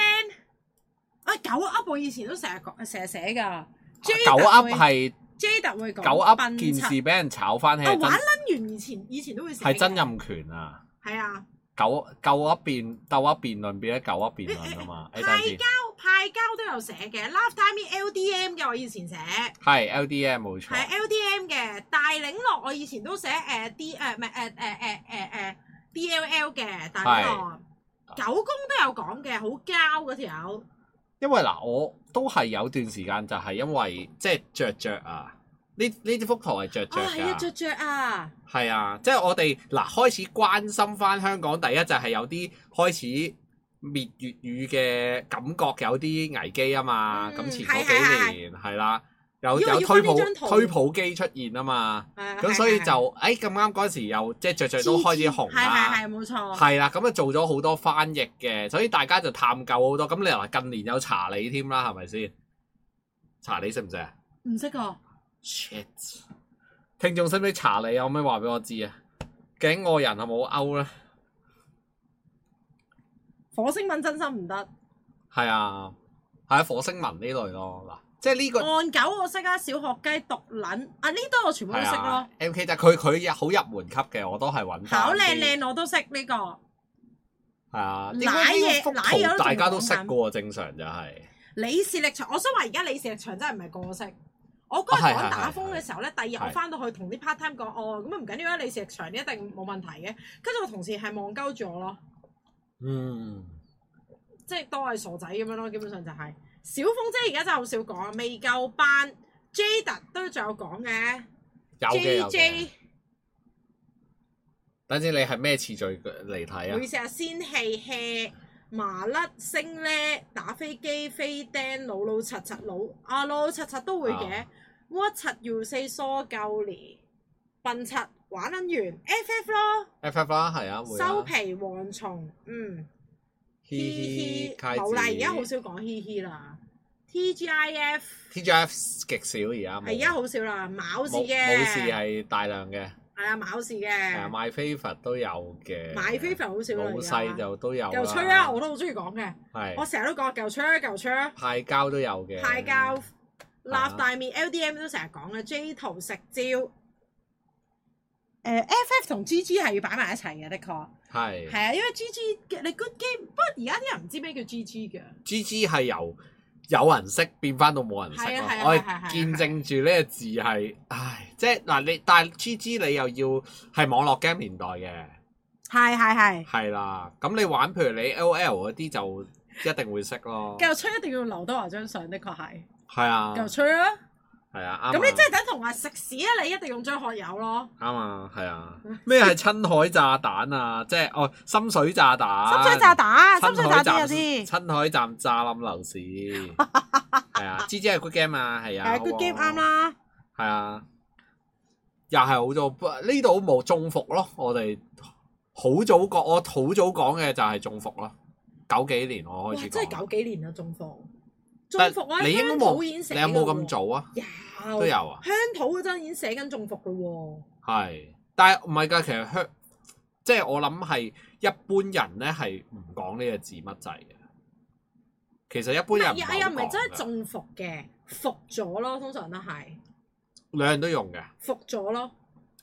啊，九 up 我以前都成日講成日寫㗎。
九 up 啊係
J 特會講
九 up
笨
件
柒
事俾人炒翻起
啊
係
玩
真
撚完以前以前都會寫
係真
嘅
任權啊！
係啊，
九九 up 辯鬥 up 辯論變咗九 up 辯論啊 嘛！呢單
派
先
交派交都有寫嘅，Love Time LDM 嘅我以前寫。
係 LDM 冇錯，
係 LDM 嘅大領落，我以前都寫誒、D 誒唔係誒誒誒誒誒 DLL 嘅大領落，九公都有講嘅，好膠嗰條友，
因為嗱，我都係有段時間就係因為即係着着啊，呢呢啲幅圖係着着
啊係啊
㗎。
着着啊，
係啊，即係我哋嗱開始關心翻香港，第一就係有啲開始滅粵語嘅感覺有啲危機啊嘛。咁、
嗯
前
係
嗰幾年係啦，有
因為
有
要
推
返呢張
普
圖
推普機出現啊嘛。
係啊
咁所以就誒咁啱嗰陣時又即係着着都開始紅
係係
啦。
係冇錯，
係啦，咁啊做咗好多翻譯嘅，所以大家就探究好多。咁你嗱近年有查理添啦，係咪先？查理識唔識啊
唔識個
shit！聽眾識唔識查理啊？可唔可以話俾我知啊？究竟我人係冇勾咧？
火星文真心唔得，
係啊，係啊，火星文呢類咯嗱，即係呢、個
岸九我識啊，小學雞獨撚啊呢堆我全部都識
係啊
咯，
M K 就佢佢入好入門級嘅，我都係揾翻
考靚
啲
靚我都識呢個。
係啊，
攋
點解呢個幅
嘢攋嘢
圖
都仲
大家都識嘅
講緊
喎？正常就係、
李氏力場，我想話而家李氏力場真係唔係個個識。我嗰日
啊係係
講打
係
風嘅時候咧，第二日
係
我翻到去同啲 part time 講，哦咁啊唔緊要啦，李氏力場一定冇問題嘅。跟住我同事係望鳩住我咯，
嗯，
即係當我係傻仔咁樣咯，基本上就係、小鳳姐而家真係好少講，未夠班。Jada 都仲有講嘅
有嘅有嘅
，JJ。
等陣你係咩次序嚟睇
會
啊？
成日仙氣 hea 麻甩升咧打飛機飛釘老老柒柒佬啊老老柒柒都會嘅
啊。
What 柒 you say so 夠年笨柒玩撚完 FF 咯
F F 啦，係啊，會啊
收皮蝗蟲嗯
嘻嘻，
冇啦而家好少講嘻嘻啦 TGIF
T G F 極少而家冇，
係而家好少啦卯事
冇
嘅
冇事係大量嘅。
係啊卯事
係啊
嘅
，My Favorite 都有嘅。
買 favor 好少啦啊
老
而家
細就都有啦。
舊吹啊我都好中意講嘅我
係
成日都講舊吹舊吹。啊
派膠都有嘅。
派教、
啊
Love 大面、LDM 都成日講嘅，J 圖食蕉。誒 FF 同 GG 係要擺埋一齊嘅，的確
係
係啊，因為 GG 嘅你 good game，不過而家啲人唔知咩叫 GG 嘅，
GG 係由有人識變翻到冇人識
係啊
咯。
係啊
我
係啊係
係
啊
見證住呢個字係，唉，即係嗱你，但係 GG 你又要係網絡 game 年代嘅，
係係係。
係啦。咁你玩譬如你 LOL 嗰啲就一定會識咯。
繼續吹一定要劉德華張相，的確係
係啊
繼，續吹啊！
係啊，
咁
啱啊
你即係等同話食屎啊！你一定用張學友咯，
啱啊，係 啊。咩係親海炸彈啊？即係哦，深水炸彈。
深水炸
啊
彈，深水
親海
炸
站
彈有啲。
親海站炸冧樓 市，係啊，G G 係 good game 啊，係啊
誒 good game 啱，啦，
係啊，又係好早，不呢度冇中伏咯，我哋好早講，我好早講嘅就係中伏咯，九幾年我
哇！
開始講，
真係九幾年啦，中伏，中
但
伏我
你
喺
應該
香
冇，
土
你
已經寫
有冇咁
做？
早啊？
有
都有啊，
香土嗰陣已經寫緊中伏嘞喎。
係，但係唔係㗎，其實香，即係我諗係一般人咧係唔講呢個字乜滯嘅，其實一般人
唔係
好
又唔係
講
真係
㗎
中伏嘅，服咗咯，通常都係
兩樣都用嘅，
服咗咯。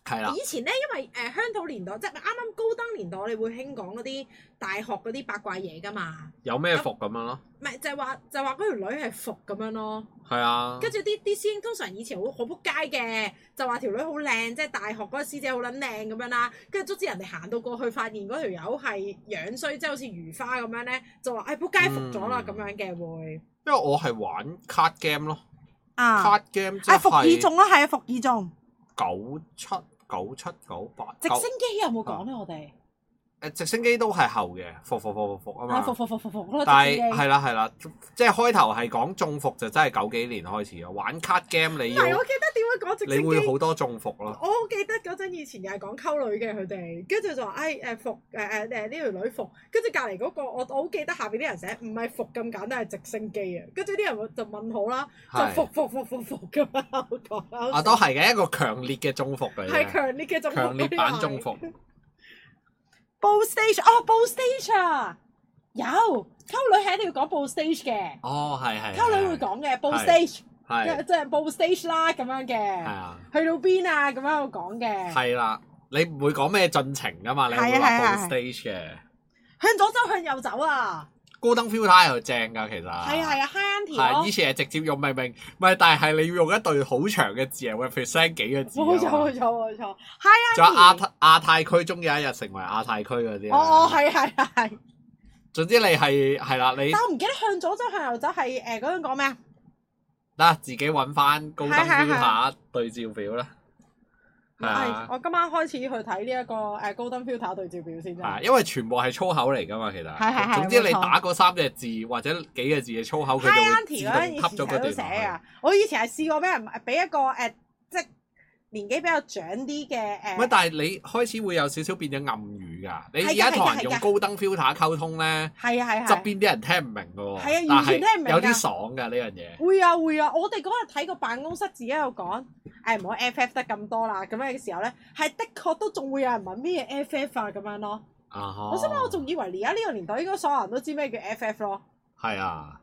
係啦。
以前咧，因為誒、呃、鄉土年代，即係啱啱高登年代，我哋會興講嗰啲大學嗰啲八卦嘢噶嘛，
有咩服咁樣咯？
唔係就係話就係話嗰條女係服咁樣咯。
係啊，
跟住啲啲師兄通常以前好好仆街嘅，就話條女好靚，即係大學嗰個師姐好撚靚咁樣啦。跟住卒之人哋行到過去，發現嗰條友係樣衰，即係好似如花咁樣咧，就話誒哎仆街服咗啦
嗯
咁樣嘅會。
因為我係玩 card game 咯
啊，
，card game 即
啊伏爾
係
眾啦，係啊，伏爾眾，
九七九七九八
直
九
升機有冇講咧？我哋？
誒直升機都係後嘅，服服服服服啊
啊，服
嘛。
服服服服咯，
但
直
係
升機
係啦係啦，即係開頭係講中伏就真係九幾年開始嘅，玩 card game 你
唔
要
係，我記得點樣講直
你
升
會
機。
好多中伏
我
咯。
好記得嗰陣以前又係講溝女嘅佢哋，跟住就話誒誒服誒誒誒呢條女服，跟住隔離嗰個我我好記得下邊啲人寫唔係服咁簡單係直升機啊，跟住啲人就問好啦，就服
係
服服服服咁樣我講
啊，都係嘅一個強烈嘅中伏嚟
係
嘅，
強烈嘅中
強烈版中伏。
Ball Stage 哦，Ball Stage 啊，
有溝女係一定要講報 stage 嘅，
哦，係係。
溝女會講嘅報 stage，
係。係
即係報 stage 啦咁
係
樣嘅，
啊，
去到邊啊咁樣講嘅，
係啦，你唔會講咩進程噶嘛？你會
係啊係
話
啊
on
係
stage 嘅。
向左走向右走啊，
高登 filter 又正㗎，其實。
係啊係啊，high auntie
係
咯
以，前係直接用明明，唔係，但係你要用一對好長嘅字嚟 represent 幾個字啊嘛
冇錯冇錯冇錯，high
仲有啊亞
auntie，
太亞太區，終有一日成為亞太區嗰啲。
哦哦。係係係。
總之你係係啦， 你
但我唔記得向左走向右走係誒嗰陣講咩啊？
嗱自己揾翻高登
係係係
filter 對照表啦。係
係
啊，
我今晚開始去睇呢一個誒高登 filter 對照表先
係啊
啫。
因為全部係粗口嚟㗎嘛，其實。
係係係
總之你
冇錯
打嗰三隻字或者幾個字嘅粗口，佢
Hi
就會
啊 Auntie
自
嗰陣以
動
前
吸咗
成日都
嗰
寫
段落去。
啊！我以前係試過俾人俾一個誒，即係年紀比較長啲嘅
唔係，
誒，
但係你開始會有少少變咗暗語㗎。你
係㗎
而家同人
係㗎
用
係㗎
高登 filter 溝通咧，
係啊係
側
啊係啊，
邊啲人聽唔明㗎喎。
係啊完
但係
全聽唔明㗎
有啲爽㗎呢樣嘢。
會啊會啊！我哋嗰日睇個辦公室自己喺度講，哎誒唔好 FF 得咁多啦咁樣嘅時候咧，係的確都仲會有人問咩嘢 FF 啊咁樣咯。
啊哈
我心諗我仲以為而家呢個年代應該所有人都知咩叫 FF 咯。
係啊，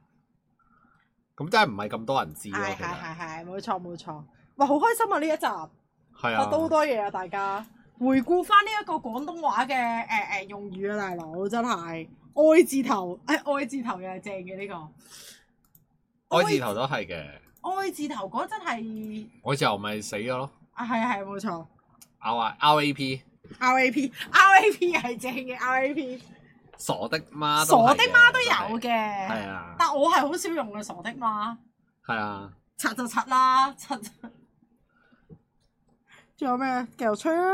咁真係唔係咁多人知咯。
係
其
係
實
係係，冇錯冇錯。哇，好開心啊！呢一集。
係
學到好
啊，
多嘢啊！大家回顧翻呢一個廣東話嘅誒誒用語啊，大佬真係愛字頭，誒、哎愛字頭又係正嘅呢、個。
開字頭都係嘅，
愛字頭嗰真係
我字頭咪死咗咯。
啊，係係冇錯
R Y R A P
，R A P R A P 係正嘅，R A P
傻的媽
傻
都係嘅，
的媽都有
真係。係
嘅，
啊，
但我係好少用嘅傻的媽，
係啊，
柒就柒啦，柒就。
仲有咩？繼續吹啊！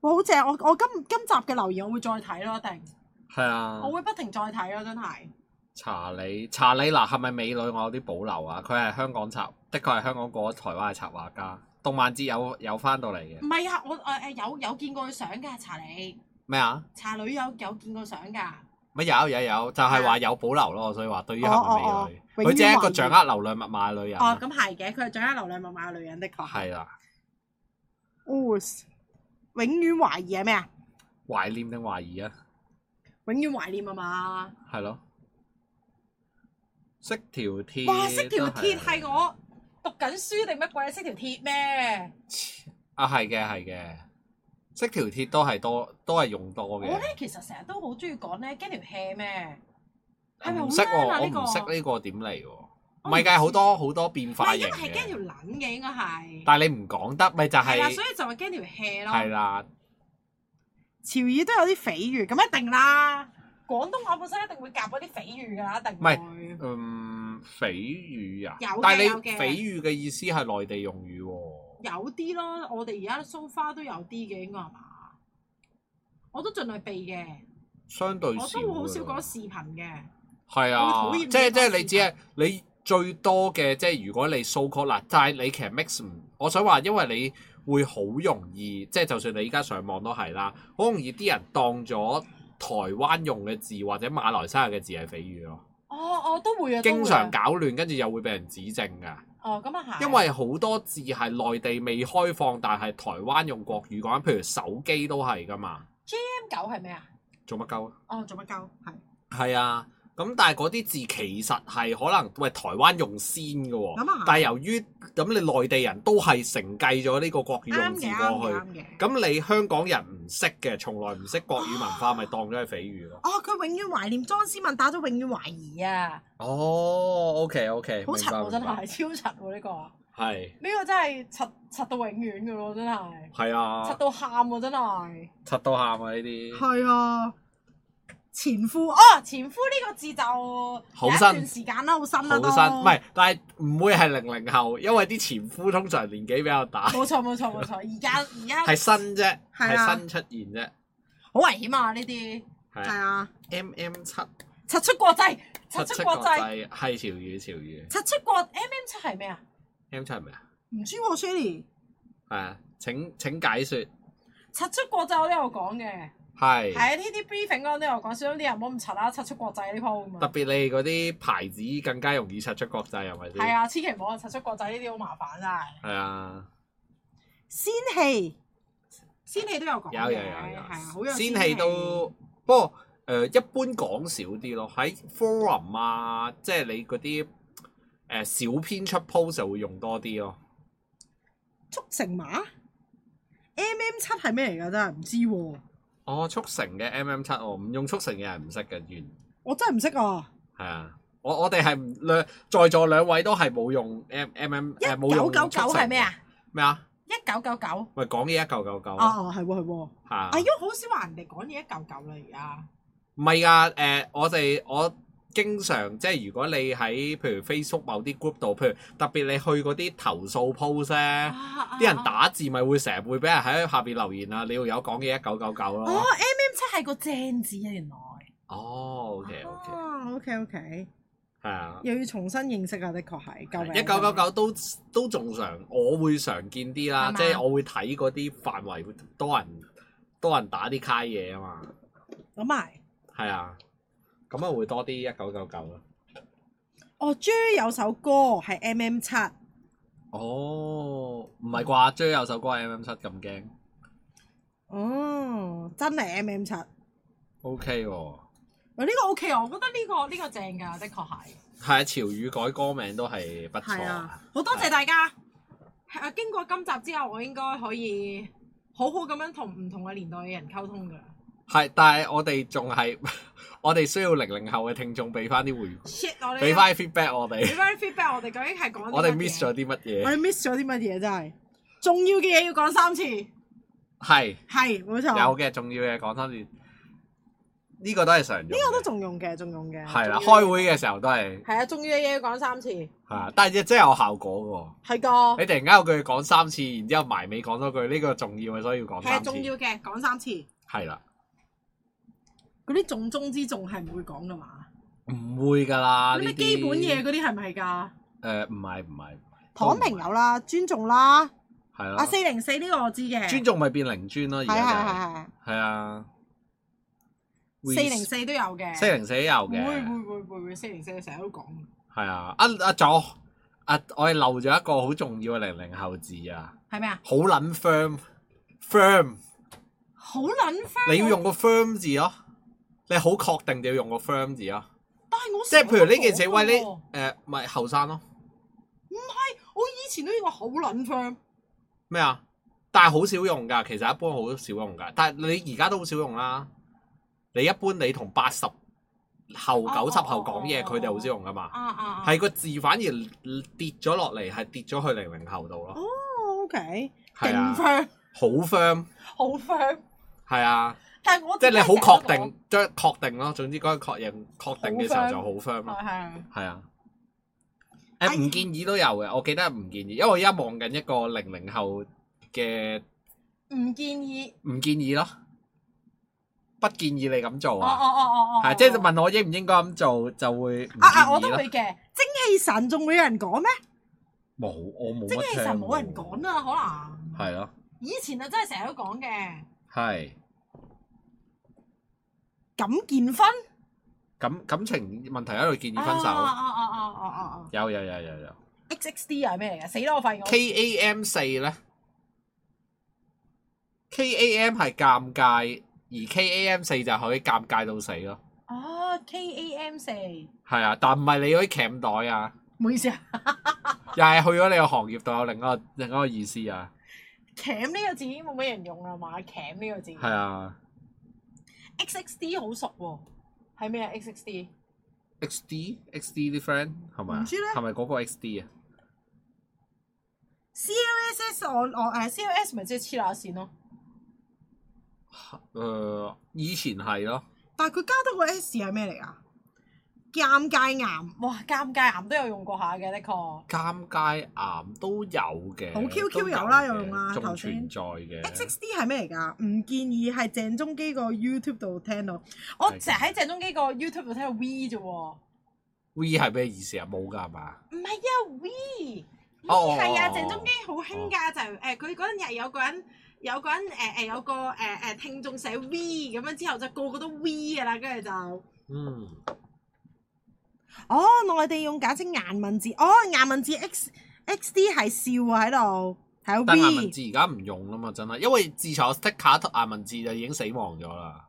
哇，好正！我我今今集嘅留言我會再睇咯，一定，
係啊
我。會不停再睇咯，真係。
查理，查理嗱係咪美女？我有啲保留啊。佢係香港插，的確係香港過咗台灣嘅插畫家。動漫節有有翻到嚟
唔
嘅
係啊，我誒誒、有有見過佢相㗎，查理
咩啊？
查女有有見過相㗎。
咪有有有，就係話有保留咯，所以話對於係咪美女，
哦哦哦
佢只係一個
永遠懷疑
掌握流量密碼嘅女人，
哦，咁係嘅，佢係掌握流量密碼嘅女人，的確係。
嗯係啦，
哦，永遠懷疑係咩啊？
懷念定懷疑啊，
永遠懷念啊嘛！
係咯，識條鐵，
哇，識條鐵係我讀緊書定乜鬼？識條鐵咩？
啊，係嘅係嘅，識條鐵都係多，都係用多
我
嘅，
咧其實成日都好中意講咧，驚條 hea 咩？係咪好
唔識
啱啊
喎，我
呢個
唔識呢個點嚟喎，唔
我
係
唔
㗎，
知
好多好多變
唔
化
係
型
因為係驚條
嘅，
撚嘅，應該係。
但係你唔講得，咪就
係啦，所
係
以就係驚條 hea
係
咯。
啦，
潮語都有啲匪語，咁一定
定啦，廣東話本身一定會夾嗰啲匪語㗎啦，一定
唔係
會。
嗯，匪語啊
有嘅，
但
有
係你
嘅
匪語嘅意思係內地用語喎。
有啲咯，我哋而家 so far 都有啲嘅，應該係嘛？我都盡量避嘅，
相對
我
少，
都會好少講。視頻嘅。
係
我
啊，
會討
即係
厭
即
呢
係
個
你只係你最多嘅，即係如果你 so call 嗱，但係你其實 mix 唔，我想話因為你會好容易，即係就算你依家上網都係啦，好容易啲人當咗台灣用嘅字或者馬來西亞嘅字係匪語咯，
哦，我都會啊，都會
經常
啊
搞亂，跟住又會俾人指正㗎。
哦，咁啊係。
因為好多字係內地未開放，但係台灣用國語講，譬如手機都係㗎嘛，
M 九係咩啊？
做乜鳩啊？
哦，做乜鳩？係。
係啊，咁但係嗰啲字其實係可能喂台灣用先嘅喎，
咁啊
但係由於咁你內地人都係承繼咗呢個國語用
啱
字
嘅，啱
過
嘅，
去，
啱嘅。
咁你香港人唔識嘅，從來唔識國語文化，咪當咗係匪語咯。
哦，佢永遠懷念莊思敏打咗永遠懷疑啊！
哦，OK OK，
好柒喎，真係超柒喎呢個，呢
係
個真係柒柒到永遠嘅咯，真係
係
柒
啊，
到喊喎，真係。
柒到喊啊呢啲，
係啊！
前夫哦，前夫呢個字就
好
好
新
一段時間啦，好新
好
啦都。
新，唔係，但係唔會係零零後，因為啲前夫通常年紀比較 大，
冇錯冇錯 冇錯，而家而家
係新啫，
係啊
係新出現啫，
好危險啊！呢啲
係
係
啊
啊！
M M 七。
柒出國際，柒
七
出
國
國際，
際係潮語潮語
柒出國 M M 七係咩啊？
，M 七係咪啊？
唔知喎 s h e l l y
係啊，請請解説
柒出國際我都有講嘅。係
係
啊，呢啲 briefing 嗰陣都有講，小心啲人唔好咁柒啦，柒出國際呢鋪咁
特
啊。
別你嗰啲牌子更加容易擦出國際係咪先？
係，啊，千祈唔好啊，柒出國際呢啲好麻煩啊。
係啊，
仙氣
仙氣都有講嘅，
有有有
係啊，好
有，
有
仙
氣
氣都不過誒、一般講少啲咯，喺 forum 啊，即係你嗰啲誒小編出 post 就會用多啲咯。
速成碼 M M 七係咩嚟㗎？真係唔知喎、
哦，速成嘅 MM 七，我唔用速成嘅係唔識嘅，原
我真係唔識啊！
係啊，我我哋係唔兩在座兩位都係冇用 M MM 誒
一
冇
九
用
九
速
九
成
係咩？啊？
咩啊？
一九九九
咪講嘢一嚿嚿嚿
哦
啊，係喎係喎，
嚇！
啊，因為好少話人哋講嘢一嚿嚿啦，而家
唔係啊噶，誒、我哋我經常即係如果你喺譬如 Facebook 某啲 group 度，譬如特別你去嗰啲投訴 post 咧，
啊
啲人打字咪會成日會俾人喺下邊留言啊，你要有講嘢一九九九
哦
咯。
，M M 七係個正字啊，原來
哦，OK OK，
啊 OK OK，
係啊。
又要重新認識啊，的確係，救命！
一九九九都都仲常，我會常見啲啦，
係嘛
即係我會睇嗰啲範圍多人多人打啲卡嘢啊嘛，
諗埋。
係啊，咁啊會多啲一九九啊九啦。
哦，J 有首歌係 M M 七，
哦，唔係啩？J 有首歌係 M M 七咁驚
哦，真係 M M 七。
，O K 喎。
喂呢個 O K 啊，我覺得呢個呢個正㗎，的確係。
係啊，潮語改歌名都係不錯
係
啊
啊。，好多謝大家。係啊，經過今集之後，我應該可以好好咁樣同唔同嘅年代嘅人溝通㗎啦。
係，但係我哋仲係， 我哋需要零零後嘅聽眾俾翻啲回，
shit 我哋
俾翻 feedback 我
俾
哋，
翻 feedback，我哋究竟係講啲
我哋
乜嘢
miss 咗啲乜
我
嘢？
哋 miss 咗啲乜嘢真係？重要嘅嘢要講三次，係
係
冇
哦
錯。
有嘅，重要嘅講多啲，呢個都係常用嘅。呢
呢個都仲用嘅，仲用嘅。
係啦，
重要嘅
開會嘅時候都係
係啊，重要嘅嘢要講三次，係
係啊，但係真係有效果
個
喎。你突然間有句講三次，然之後埋尾講多句，呢個重要嘅，所以要講
係啊
三次。
重要嘅講三次。
係啦，
嗰啲重中之重係唔會講㗎嘛？
唔會㗎啦。啊
嗰啲
呢
咩
啲
基本嘢嗰啲係咪㗎？
誒唔係唔係，
躺平有啦，尊重啦。
係
啊，
啦
四。零四呢個我知嘅。
尊重咪變零尊咯，而
係係係
家
係
就係係啊。
啊四零四都有嘅，
四零四有
會
嘅，
會會會會四零四成日都講。
係啊。啊啊仲有啊，我哋漏咗一個好重要嘅零零後字啊，
係咩啊？
好撚 firm firm，
好撚 friend，
你要用個 firm 字咯，你好確定就要用個 firm 字咯。
但係我
即係譬如呢件
成
事，
日都
喂
講㗎喎
你誒咪後生咯
我以前都要好撚 firm，
咩啊？但係好少用㗎，其實一般好少用㗎。但係你而家都好少用啦。你一般你同八十後、
哦
九十後
哦
講嘢，
哦
佢哋
哦
好少用㗎嘛。
啊啊啊！
係個字反而跌咗落嚟，係跌咗去零零後度咯。
哦，OK，
係
勁
啊，
firm，
好 firm，
好 firm，
係啊，
但係我
即係你好
確
確定，即係確定咯。總之嗰個確認確定嘅時候就好 firm
係
咯，
係
係啊。誒唔建議都有嘅，我記得係唔建議，因為我而家望緊一個零零後嘅
唔建議。
唔建議咯，不建議你咁做
哦哦
啊。
哦哦哦，
係即係問我應唔應該咁做，就會唔建
啊啊，我
議
都
咯
會。嘅，
精氣神仲會有人講咩？
冇，我冇
即
乜
係其
聽
實冇
喎
人講。啦，可能
係咯，
以前啊真係成日都講嘅，
係
咁健分
感感情問題喺度建議分
啊啊
手，
啊啊啊啊啊啊
有有有有有。
！X X D 係咩嚟嘅？死啦！我發現我
KAM 四咧，KAM 係尷尬，而 KAM 四就可以尷尬到死咯。
哦，K A M 四，唔
係啊，但唔係你嗰啲鉗袋啊，
好意思啊
又係去咗你個行業度有另一個另一個意思啊。
，cam 呢個字已經冇乜人用啦嘛，cam 呢個字
係啊
，X X D 好熟喎，係咩啊？X X D
，XD XD 啲 friend 係咪啊
唔知咧？
係咪嗰個 XD 啊？
C L S S 我我誒 C L S 咪即係黐乸線咯，
誒、呃以前係咯，
但係佢加多個 S 係咩嚟啊？尷尬癌
哇尷尬癌都有用過下嘅，的確。
尷尬癌都有嘅，
好 QQ
都
有啦
嘅
有用啦
仲
頭
存
先
在嘅。
X X D 係咩嚟㗎？唔建議喺鄭中基個 YouTube 度聽到。
我成日喺鄭中基個 YouTube 度聽到 V 啫喎，
V 係咩意思啊？冇㗎係嘛？
唔係啊 V，
哦
係啊
哦
鄭中基好興㗎，就係誒佢嗰陣日有個人有個人誒誒、有個誒誒、聽眾寫 V 咁樣之後就個個都 V 㗎啦，跟住就
嗯，
哦，內地用簡稱顏文字，哦，顏文字 X X D 係笑啊喺度，係有
但顏文
V
字而家唔用啦嘛，真係，因為自從我 stick 卡顏文字就已經死亡咗啦。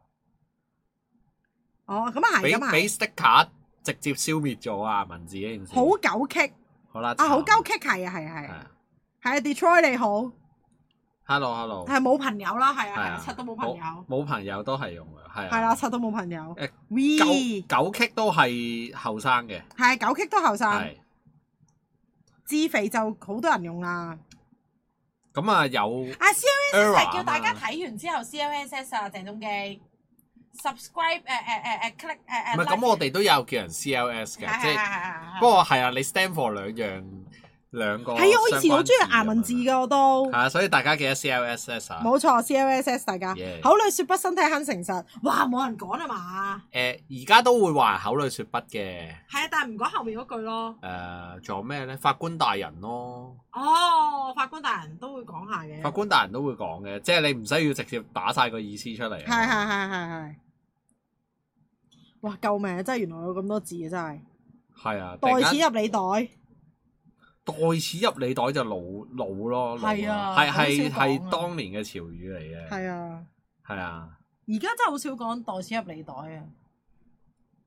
哦，咁啊
俾
係，咁啊
俾
係，
sticker 直接消滅咗啊！文字呢件事
好狗棘
好啦，
啊，好
慘
鳩棘係啊，係啊係
係
啊，
啊
係啊，Detroit 你好，
，hello hello，
係冇朋友啦，係啊，係
係
啊，
啊，
柒都冇朋友，
冇，冇朋友都係用嘅，係
係
啊
啦，，柒都冇朋友
誒
，We
九九 K 都係後生嘅，
係狗棘都後生，
係
自肥就好多人用啦。
咁啊有
啊，CLSS
Error
係叫大家睇完之後 CLSS 啊，鄭中基 subscribe 誒誒誒誒 click 誒誒
啊
唔係
like。
咁，我哋都有叫人 CLS 嘅，即
係係
係
係係
不過係啊，你 stand for 兩樣兩個
係啊，我以前好
相關
中意
字
顏文字
咁樣，
㗎，我都
係。啊，所以大家記得 CLSS 啊，
冇錯，CLSS 大家
Yeah
口裏說不，身體很誠實。
哇，冇人講啊嘛。
誒而家都會話口裏說不嘅，
係啊，但係唔講後面嗰句咯。
誒仲有咩咧？法官大人咯，
哦，法官大人都會講下
啊
嘅。
法官大人都會講嘅，即係你唔需要直接打晒個意思出嚟啊
係
嘛，
係係係係。哇！救命啊！真係原來有咁多字啊！真係
係啊，突然
袋
間
錢入你袋。
袋錢入你袋就老老咯，老
係啊
係
好少
係
講
係
啊
當年嘅潮語嚟嘅，
係啊，
係啊，
而家真係好少講袋錢入你袋啊。
誒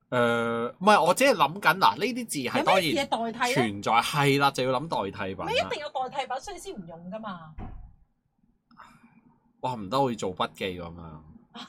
呃唔係我只係諗緊嗱，呢啲字係當
有咩
然
嘢代替咧？
存在係啦，就要諗代替啊品
咪一
啦。
定有代替品，所以先唔用噶嘛。
哇唔得，我要做筆記咁啊！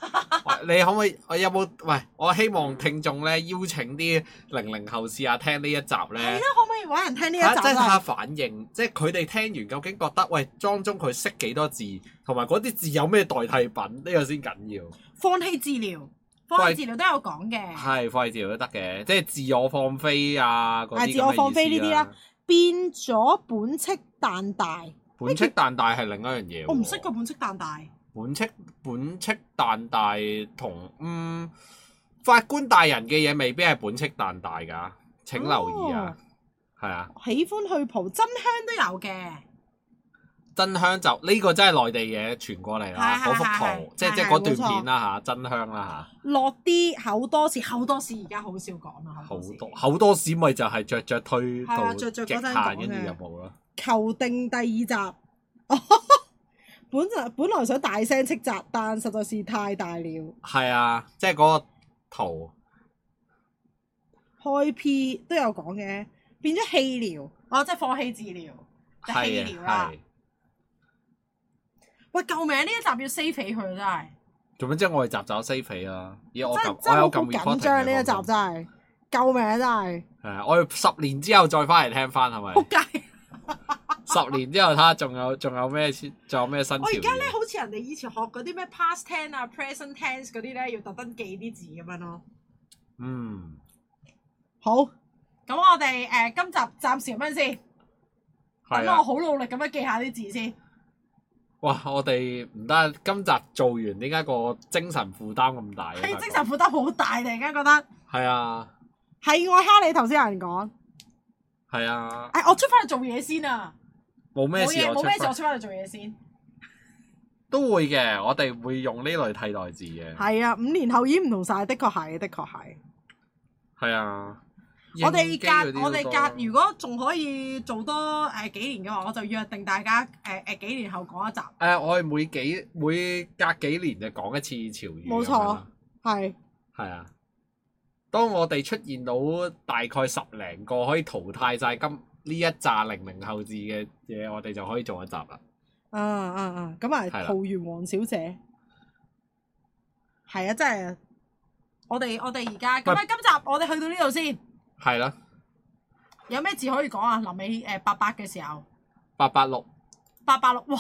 喂你可唔可以？我有冇？喂，我希望聽眾咧邀請啲零零後試下聽呢一集
係
咧
啦，，可唔可以揾人聽呢一
睇下
集
即係睇下
啊？
反應，即係佢哋聽完究竟覺得喂當中佢識幾多字，同埋嗰啲字有咩代替品呢個先緊要。
放棄治療，
放棄治療都有講嘅，
係廢治療都得嘅，即係自我放飛啊嗰
係
啲
自我放飛
飛
呢啲啦。變咗本戚但大，
本戚但大係另一樣嘢喎。
我唔識個本戚但大。
本戚本戚但大同嗯法官大人嘅嘢未必係本戚但大㗎，請留意
哦
啊。係啊，
喜歡去蒲真香
都有嘅。
真香就呢、個真係內地嘢傳過嚟啦，
係
嗰
係
幅
係
圖即係
係
即係
係
嗰
冇
段
錯
片啦吓，真香啦
落啲口多士，
好多事而家好少講啦，
吓，
好
好
多事
多好多市咪就係着着推
係啊
到
着
極
着嗰
限，
陣講
跟住
嘅
就冇啦。
求定第二集。 本來本來想大聲斥責，但實在是太大了。
係啊，即係嗰個圖。
開 P 都有講嘅，變咗氣療。
哦，即係放棄治療，就係
係啊
氣療啦
係。
喂，救命！呢一集要 save 起佢真係，
做咩啫？我哋集集 save 肥啊！咦，我
真
撳
真
我
好
有撳
緊
啊
張呢一集真
啫。
係，救命啊真係！
啊係啊我要十年之後再翻嚟聽翻，係咪？
仆街！
十年之後睇下仲有仲有咩先仲有咩新潮
我而家咧
語？啊
好似人哋以前學嗰啲咩 past tense 啊、present tense 嗰啲咧，要特登記啲字咁樣咯。
嗯，
好，
咁我哋誒、呃今集暫時咁樣先，等
係
我
啊！
好努力咁樣記下啲字先。
哇，我哋唔得，今集做完點解個精神負擔咁大嘅？
係精神負擔好大，突然間覺得
係啊
係我蝦你頭先有人講，
係啊，
哎誒，我出翻去做嘢先啊！
冇咩
冇
事啊
嘢
我
冇
出
咩事，我
翻
出翻去做嘢先。
都會嘅，我哋會用呢類替代字嘅。
係啊，五年後已經唔同晒，的確係，的確係。
係啊，
我哋
應機嗰啲
隔
都
我哋隔，
多
如果仲可以做多誒、呃、幾年嘅話，我就約定大家誒誒、呃、幾年後講一集。
誒、我係每幾每隔幾年就講一次潮語，
冇錯，係
係啊。當我哋出現到大概十零個可以淘汰晒今呢一紮零零後字嘅嘢，我哋就可以做一集啦。
啊啊啊！咁啊，
係啦
桃園黃小姐，係啊，真係啊
我哋我哋而家咁啊，
喂
今集我哋去到呢度先。
係啦，
有咩字可以講啊？臨尾誒八八嘅時候，
八八六
八八 六哇，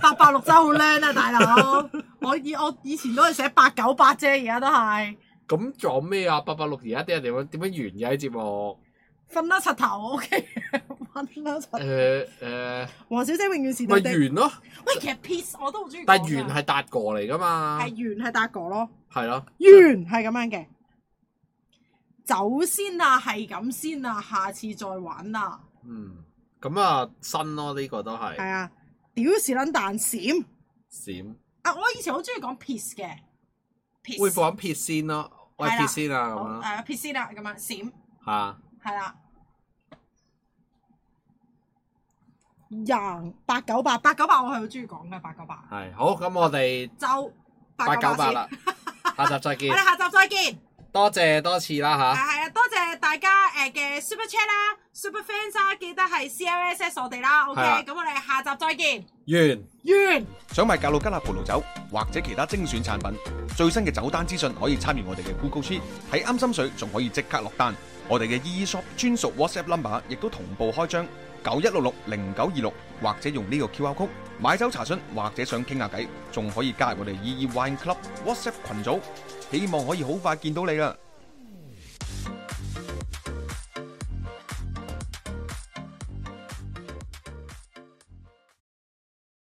八八六真係好靚啊，大佬！ 我以我以前都係寫八九八啫，而家都係
咁仲有咩啊？八八六而家啲人點樣點樣完嘅啲節目？
瞓得柒頭，OK，瞓得柒。
誒誒，
黃小姐永遠是
呃咪
對的。
完咯，
喂，其實 peace 我都好中意講㗎。
但係啊完係達哥嚟噶嘛？
係圓係達哥咯，
係咯，
圓係咁樣嘅。
走先啦，係咁先啦，下次再玩啊啦。
嗯，咁啊新咯呢個都
係
係
啊，屌屎撚蛋閃
閃。
啊，我以前好中意講 peace 嘅
會
，peace
講撇先咯，喂
係啦
撇先啊
好
咁樣
誒 peace 先啦，咁樣閃
嚇，
係啊啦，
贏八九八
八
八
九八我係好中意講嘅，八九八
係好咁我哋
就
八九八啦，下集再見
我，哋下集再見。
多謝多次啦吓。
係啊，多謝大家誒嘅 Super Chat 啦、Super Fans 啦，記得係 CLSS 我哋啦。OK，
係啊
咁我哋下集再見。
完。
完。
想買格魯吉亞葡萄酒或者其他精選產品，最新嘅酒單資訊可以參與我哋嘅 Google Sheet，喺啱心水仲可以即刻落單。我哋嘅 EE Shop 專屬 WhatsApp number 亦都同步開張，九一六六零九二六或者用呢個 QR code 買酒查詢或者想傾下 E 偈，仲可以加入我哋 EE Wine Club WhatsApp 群組，希望可以好快見到你啦〜